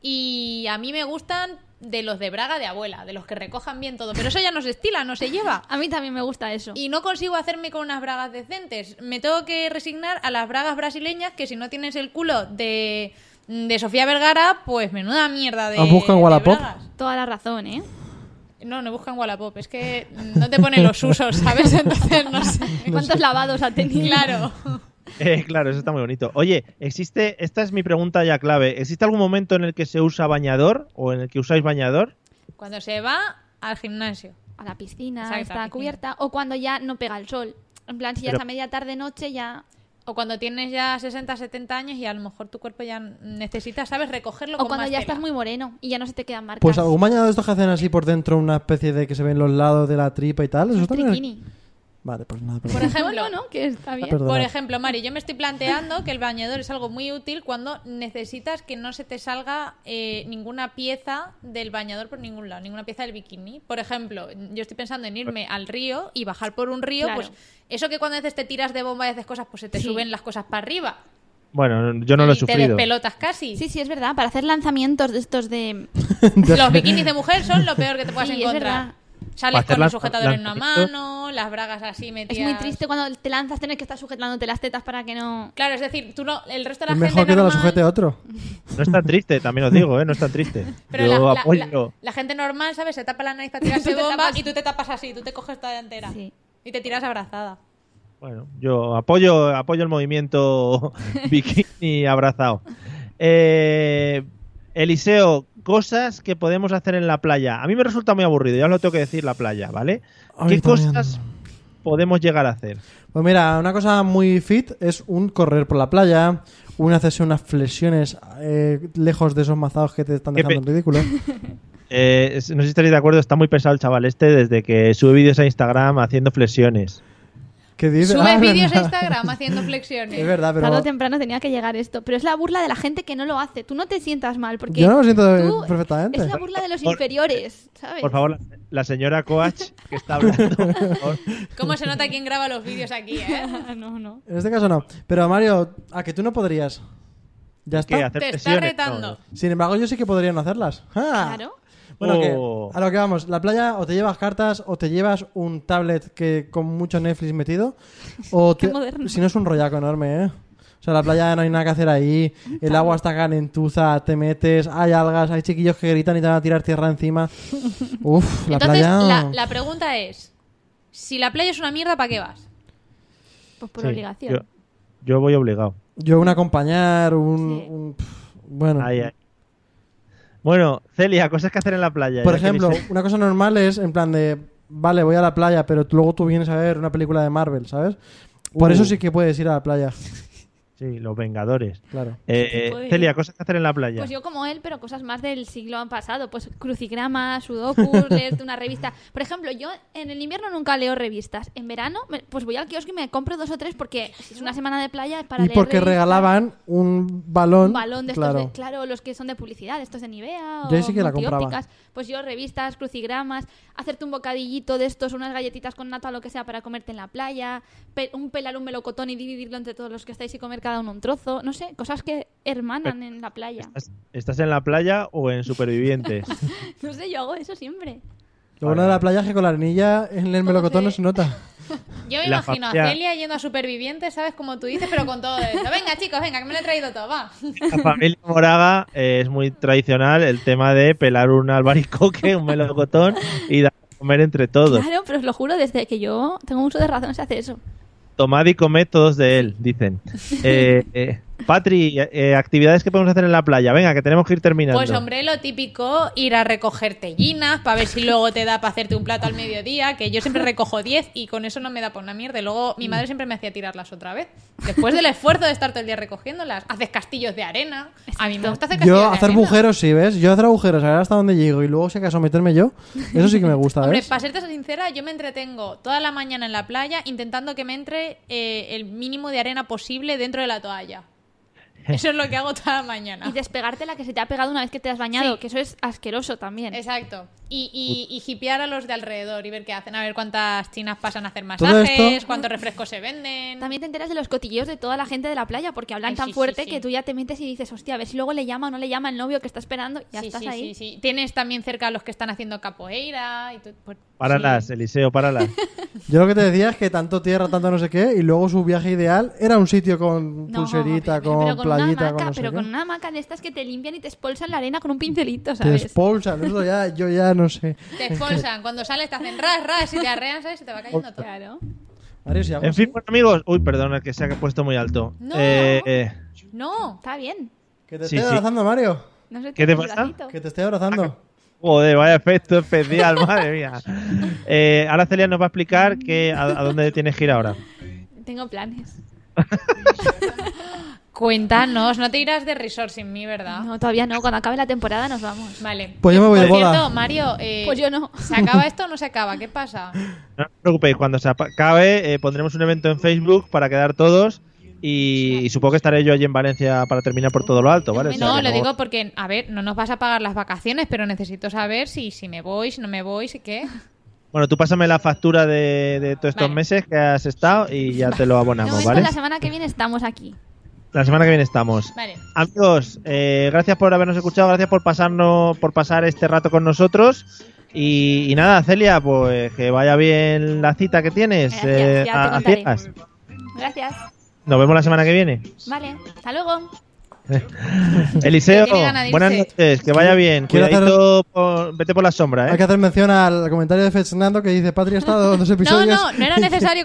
D: y a mí me gustan de los de braga de abuela, de los que recojan bien todo, pero eso ya no se estila, no se lleva.
C: A mí también me gusta eso.
D: Y no consigo hacerme con unas bragas decentes. Me tengo que resignar a las bragas brasileñas que si no tienes el culo de, de Sofía Vergara, pues menuda mierda de,
B: ¿Has buscado en
D: de
B: Wallapop?
D: bragas.
C: Toda la razón, ¿eh?
D: No, no buscan Wallapop, es que no te ponen los usos, ¿sabes? Entonces no sé.
C: ¿Cuántos lavados ha tenido?
D: Claro.
A: Eh, claro, eso está muy bonito. Oye, ¿existe, esta es mi pregunta ya clave, ¿existe algún momento en el que se usa bañador o en el que usáis bañador?
D: Cuando se va al gimnasio.
C: A la piscina,
D: Exacto, a la
C: está
D: piscina.
C: cubierta. O cuando ya no pega el sol. En plan, si ya
A: Pero-
C: está media tarde, noche, ya.
D: O cuando tienes ya 60, 70 años y a lo mejor tu cuerpo ya necesita, ¿sabes? Recogerlo
C: O
D: con
C: cuando
D: más
C: ya
D: tela.
C: estás muy moreno y ya no se te quedan marcas.
B: Pues algún bañador de estos que hacen así por dentro una especie de que se ven los lados de la tripa y tal. Eso
C: Un
B: también.
C: triquini.
B: Vale, pues nada,
D: Por
B: perdón.
D: ejemplo,
C: No, no, no, que está bien.
B: perdón.
D: Por ejemplo, Mari, yo me estoy planteando que el bañador es algo muy útil cuando necesitas que no se te salga eh, ninguna pieza del bañador por ningún lado, ninguna pieza del bikini. Por ejemplo, yo estoy pensando en irme al río y bajar por un río,
C: Claro.
D: pues eso que cuando haces te tiras de bomba y haces cosas, pues se te
C: Sí.
D: suben las cosas para arriba.
A: Bueno, yo no lo he
D: y te
A: sufrido.
D: despelotas casi.
C: Sí, sí, es verdad. Para hacer lanzamientos de estos de.
D: Los bikinis de mujer son lo peor que te puedas
C: Sí, es
D: encontrar.
C: verdad.
A: Para
D: Sales
A: hacer
D: con el
A: las-
D: sujetador en una
A: lanzamientos.
D: mano, las bragas así metidas.
C: Es muy triste cuando te lanzas tener que estar sujetándote las tetas para que no.
D: Claro, es decir, tú no, el resto de la
B: Es
D: gente
B: mejor que te lo
D: normal-
B: sujete otro.
A: No es tan triste, también os digo, ¿eh? No es tan triste.
D: Pero
A: yo
D: la, la-
A: apoyo.
D: la- la gente normal, ¿sabes? Se tapa la nariz para
C: Tú
D: tirarse
C: te
D: bomba
C: tapas-
D: y tú te tapas así, tú te coges toda entera.
C: Sí.
D: Y te tiras abrazada.
A: Bueno, yo apoyo, apoyo el movimiento bikini abrazado. Eh, Eliseo, cosas que podemos hacer en la playa. A mí me resulta muy aburrido, ya os lo tengo que decir, la playa, ¿vale?
B: A mí
A: ¿Qué
B: también.
A: cosas podemos llegar a hacer?
B: Pues mira, una cosa muy fit es un correr por la playa, un hacerse unas flexiones eh, lejos de esos mazados que te están
A: Qué
B: dejando en ridículo.
A: Eh, es- no sé si estaréis de acuerdo, está muy pesado el chaval este desde que sube vídeos a Instagram haciendo flexiones.
B: ¿Qué dices?
D: Subes
B: Ah,
D: vídeos a
B: verdad.
D: Instagram haciendo flexiones.
B: Es verdad, pero...
C: Tarde o temprano tenía que llegar esto. Pero es la burla de la gente que no lo hace. Tú no te sientas mal. Porque
B: Yo no me siento
C: tú-
B: perfectamente.
C: Es la burla de los
A: Por-
C: inferiores, ¿sabes?
A: Por favor, la, la señora Coach que está hablando. por favor.
D: ¿Cómo se nota quién graba los vídeos aquí, eh?
C: no, no.
B: En este caso no. Pero Mario, a que tú no podrías. Ya
A: ¿Qué?
B: está.
A: ¿Hacer
D: Te está
A: flexiones?
D: retando.
A: No.
B: Sin embargo, yo sí que podría no hacerlas. ¡Ah!
C: Claro.
B: Bueno,
A: Oh.
B: que, a lo que vamos, la playa o te llevas cartas o te llevas un tablet que con mucho Netflix metido o
C: Qué
B: te-
C: moderno.
B: si no es un rollaco enorme, ¿eh? O sea, la playa no hay nada que hacer ahí, el agua está calentuza, te metes, hay algas, hay chiquillos que gritan y te van a tirar tierra encima. Uf, la
D: Entonces,
B: playa...
D: la, la pregunta es: si la playa es una mierda, ¿para qué vas?
C: Pues por
A: Sí,
C: obligación.
A: Yo, yo voy obligado.
B: Yo un acompañar, un...
C: Sí.
B: un- pff, bueno,
A: Ahí, ahí. Bueno, Celia, cosas que hacer en la playa.
B: por
A: ya que
B: ejemplo,
A: Eliseo-
B: una cosa normal es en plan de, vale, voy a la playa, pero tú- luego tú vienes a ver una película de Marvel, ¿sabes? Por
A: Uh.
B: eso sí que puedes ir a la playa,
A: Sí, los Vengadores.
B: claro.
A: Eh, eh,
C: puede ir.
A: Celia, cosas que hacer en la playa.
C: Pues yo como él, pero cosas más del siglo pasado. Pues crucigramas, sudokus, leerte una revista. Por ejemplo, yo en el invierno nunca leo revistas. En verano, me- pues voy al kiosco y me compro dos o tres porque si es una semana de playa es para
B: y
C: leer
B: porque
C: revistas.
B: regalaban un balón.
C: Un balón de estos,
B: claro.
C: de- claro, los que son de publicidad, estos de Nivea
B: Yo
C: o
B: sí que la compraba.
C: multiópticas. Pues yo revistas, crucigramas, hacerte un bocadillito de estos, unas galletitas con nata o lo que sea para comerte en la playa, pe- un pelar un melocotón y dividirlo entre todos los que estáis y comer cada uno un trozo, no sé, cosas que hermanan en la playa.
A: ¿Estás- ¿Estás en la playa o en Supervivientes?
C: No sé, yo hago eso siempre.
B: Lo bueno de la playa es que con la arenilla en el melocotón no se nota.
D: Yo me
A: La
D: imagino
A: familia-
D: a Celia yendo a supervivientes, ¿sabes? Como tú dices, pero con todo esto. Venga, chicos, venga, que me lo he traído todo, va.
A: la familia Moraga eh, es muy tradicional el tema de pelar un albaricoque, un melocotón y dar de comer entre todos.
C: Claro, pero os lo juro, desde que yo tengo uso de razón se hace eso.
A: Tomad y comed todos de él, dicen. Eh, eh, Patri, eh, actividades que podemos hacer en la playa. Venga, que tenemos que ir terminando.
D: Pues hombre, lo típico, ir a recoger tellinas para ver si luego te da para hacerte un plato al mediodía, que yo siempre recojo 10 y con eso no me da por una mierda. Y Luego mi madre siempre me hacía tirarlas otra vez. Después del esfuerzo de estar todo el día recogiéndolas, haces castillos de arena. A mí me gusta hacer castillos
B: Yo
D: de
B: hacer
D: arena.
B: agujeros sí, ¿ves? Yo hacer agujeros, a ver hasta dónde llego y luego si acaso meterme yo. Eso sí que me gusta,
D: Hombre,
B: ¿ves?
D: para serte sincera, yo me entretengo toda la mañana en la playa intentando que me entre eh, el mínimo de arena posible dentro de la toalla. Eso es lo que hago toda la mañana.
C: Y despegarte la que se te ha pegado una vez que te has bañado,
D: Ah. Sí.
C: que eso es asqueroso también.
D: Exacto. Y, y, y hipear a los de alrededor y ver qué hacen, a ver cuántas chinas pasan a hacer
B: Todo
D: masajes,
B: esto-
D: cuántos refrescos se venden.
C: También te enteras de los cotilleos de toda la gente de la playa porque hablan
D: Ay,
C: tan
D: sí, sí,
C: fuerte
D: sí.
C: que tú ya te metes y dices, hostia, a ver si luego le llama o no le llama el novio que está esperando, ya
D: Sí,
C: estás
D: sí,
C: ahí.
D: sí, sí. Tienes también cerca a los que están haciendo capoeira. Y tú- pues,
A: Páralas,
D: sí.
A: Eliseo, páralas.
B: Yo lo que te decía es que tanto tierra, tanto no sé qué, y luego su viaje ideal era un sitio con
C: No,
B: pulserita,
C: pero- pero
B: con playita,
C: una hamaca,
B: con no sé
C: pero
B: qué.
C: con una hamaca de estas que te limpian y te expulsan la arena con un pincelito,
B: Te
C: ¿sabes?
B: expulsan, eso ya, yo ya no sé.
D: Te expulsan. Cuando sales te hacen ras, ras y te arrean, ¿sabes? Y te va cayendo todo.
C: Claro.
B: Mario, si hago
A: En
B: así-
A: fin, bueno, amigos. Uy, perdona que se ha puesto muy alto.
D: No.
A: Eh, eh,
D: No.
C: Está bien.
B: Que te
A: sí,
B: estoy
A: sí. Ah,
B: abrazando, Mario.
C: No se
A: ¿Qué te
C: cae el
A: pasa?
C: bracito.
B: Que te estoy abrazando.
A: joder, vaya efecto especial, madre mía. Eh, ahora Celia nos va a explicar que, a, a dónde tienes que ir ahora.
C: Tengo planes.
D: Cuéntanos, no te irás de resort sin mí, ¿verdad?
C: No, todavía no. Cuando acabe la temporada nos vamos.
D: Vale.
B: Pues yo me voy de
D: Por
B: boda.
D: cierto, Mario, eh,
C: Pues yo no.
D: ¿se acaba esto o no se acaba? ¿Qué pasa?
A: No os preocupéis, cuando se apa- acabe eh, pondremos un evento en Facebook para quedar todos y, y supongo que estaré yo allí en Valencia para terminar por todo lo alto, ¿vale? O sea,
D: No,
A: que
D: lo digo porque, a ver, no nos vas a pagar las vacaciones, pero necesito saber si, si me voy, si no me voy, si qué.
A: Bueno, tú pásame la factura de, de todos estos
D: Vale.
A: meses que has estado y ya te lo
C: De
A: abonamos,
C: momento,
A: ¿vale?
C: la semana que viene estamos aquí.
A: La semana que viene estamos.
D: Vale.
A: Amigos, eh, gracias por habernos escuchado, gracias por pasarnos, por pasar este rato con nosotros. Y, y nada, Celia, pues que vaya bien la cita que tienes
C: Gracias,
A: eh,
C: ya te
A: a, a
C: contaré.
A: ciegas.
C: Gracias.
A: Nos vemos la semana que viene.
C: Vale. Hasta luego.
A: Eliseo,
D: Que tiene ganas de
A: buenas
D: irse.
A: noches, que vaya bien.
B: Quiero hacer-
A: Cuidadito, por- vete por la sombra,
B: Hay que
A: ¿eh?
B: hacer mención al comentario de Fernando que dice: Patria ha estado dos
D: No,
B: episodios.
D: no, no era necesario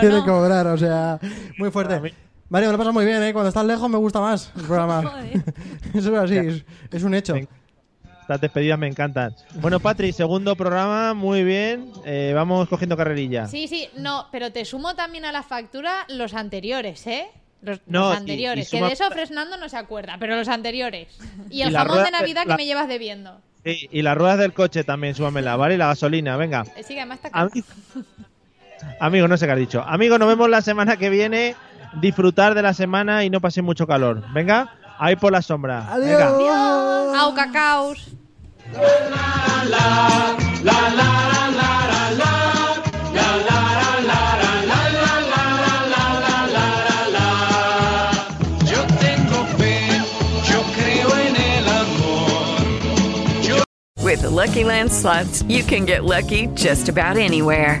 B: Quiere
D: ¿no?
B: cobrar, o sea, muy fuerte. Mario, me lo pasas muy bien, ¿eh? Cuando estás lejos me gusta más el programa.
C: Joder.
B: Eso es así, es, es un hecho.
A: Venga. Las despedidas me encantan. Bueno, Patri, segundo programa, muy bien. Eh, vamos cogiendo carrerilla.
D: Sí, sí, no, pero te sumo también a la factura los anteriores, ¿eh? Los,
A: No,
D: los
A: y-
D: anteriores.
A: y
D: Que
A: suma-
D: de eso Fresnando no se acuerda, pero los anteriores. Y
A: Y
D: el
A: la
D: jamón
A: rueda-
D: de Navidad
A: la-
D: que me llevas debiendo.
A: Sí, y las ruedas del coche también, súmamela, ¿vale? Y la gasolina, venga.
D: Eh, Sí, que además está
A: Ami- Amigo, no sé qué has dicho. Amigo, nos vemos la semana que viene. Disfrutar de la semana y no paséis mucho calor. Venga, ahí por la sombra. Venga.
B: Adiós.
D: Au, cacaos.
F: Yo tengo fe, yo creo en el amor.
G: With the Lucky Land slots, you can get lucky just about anywhere.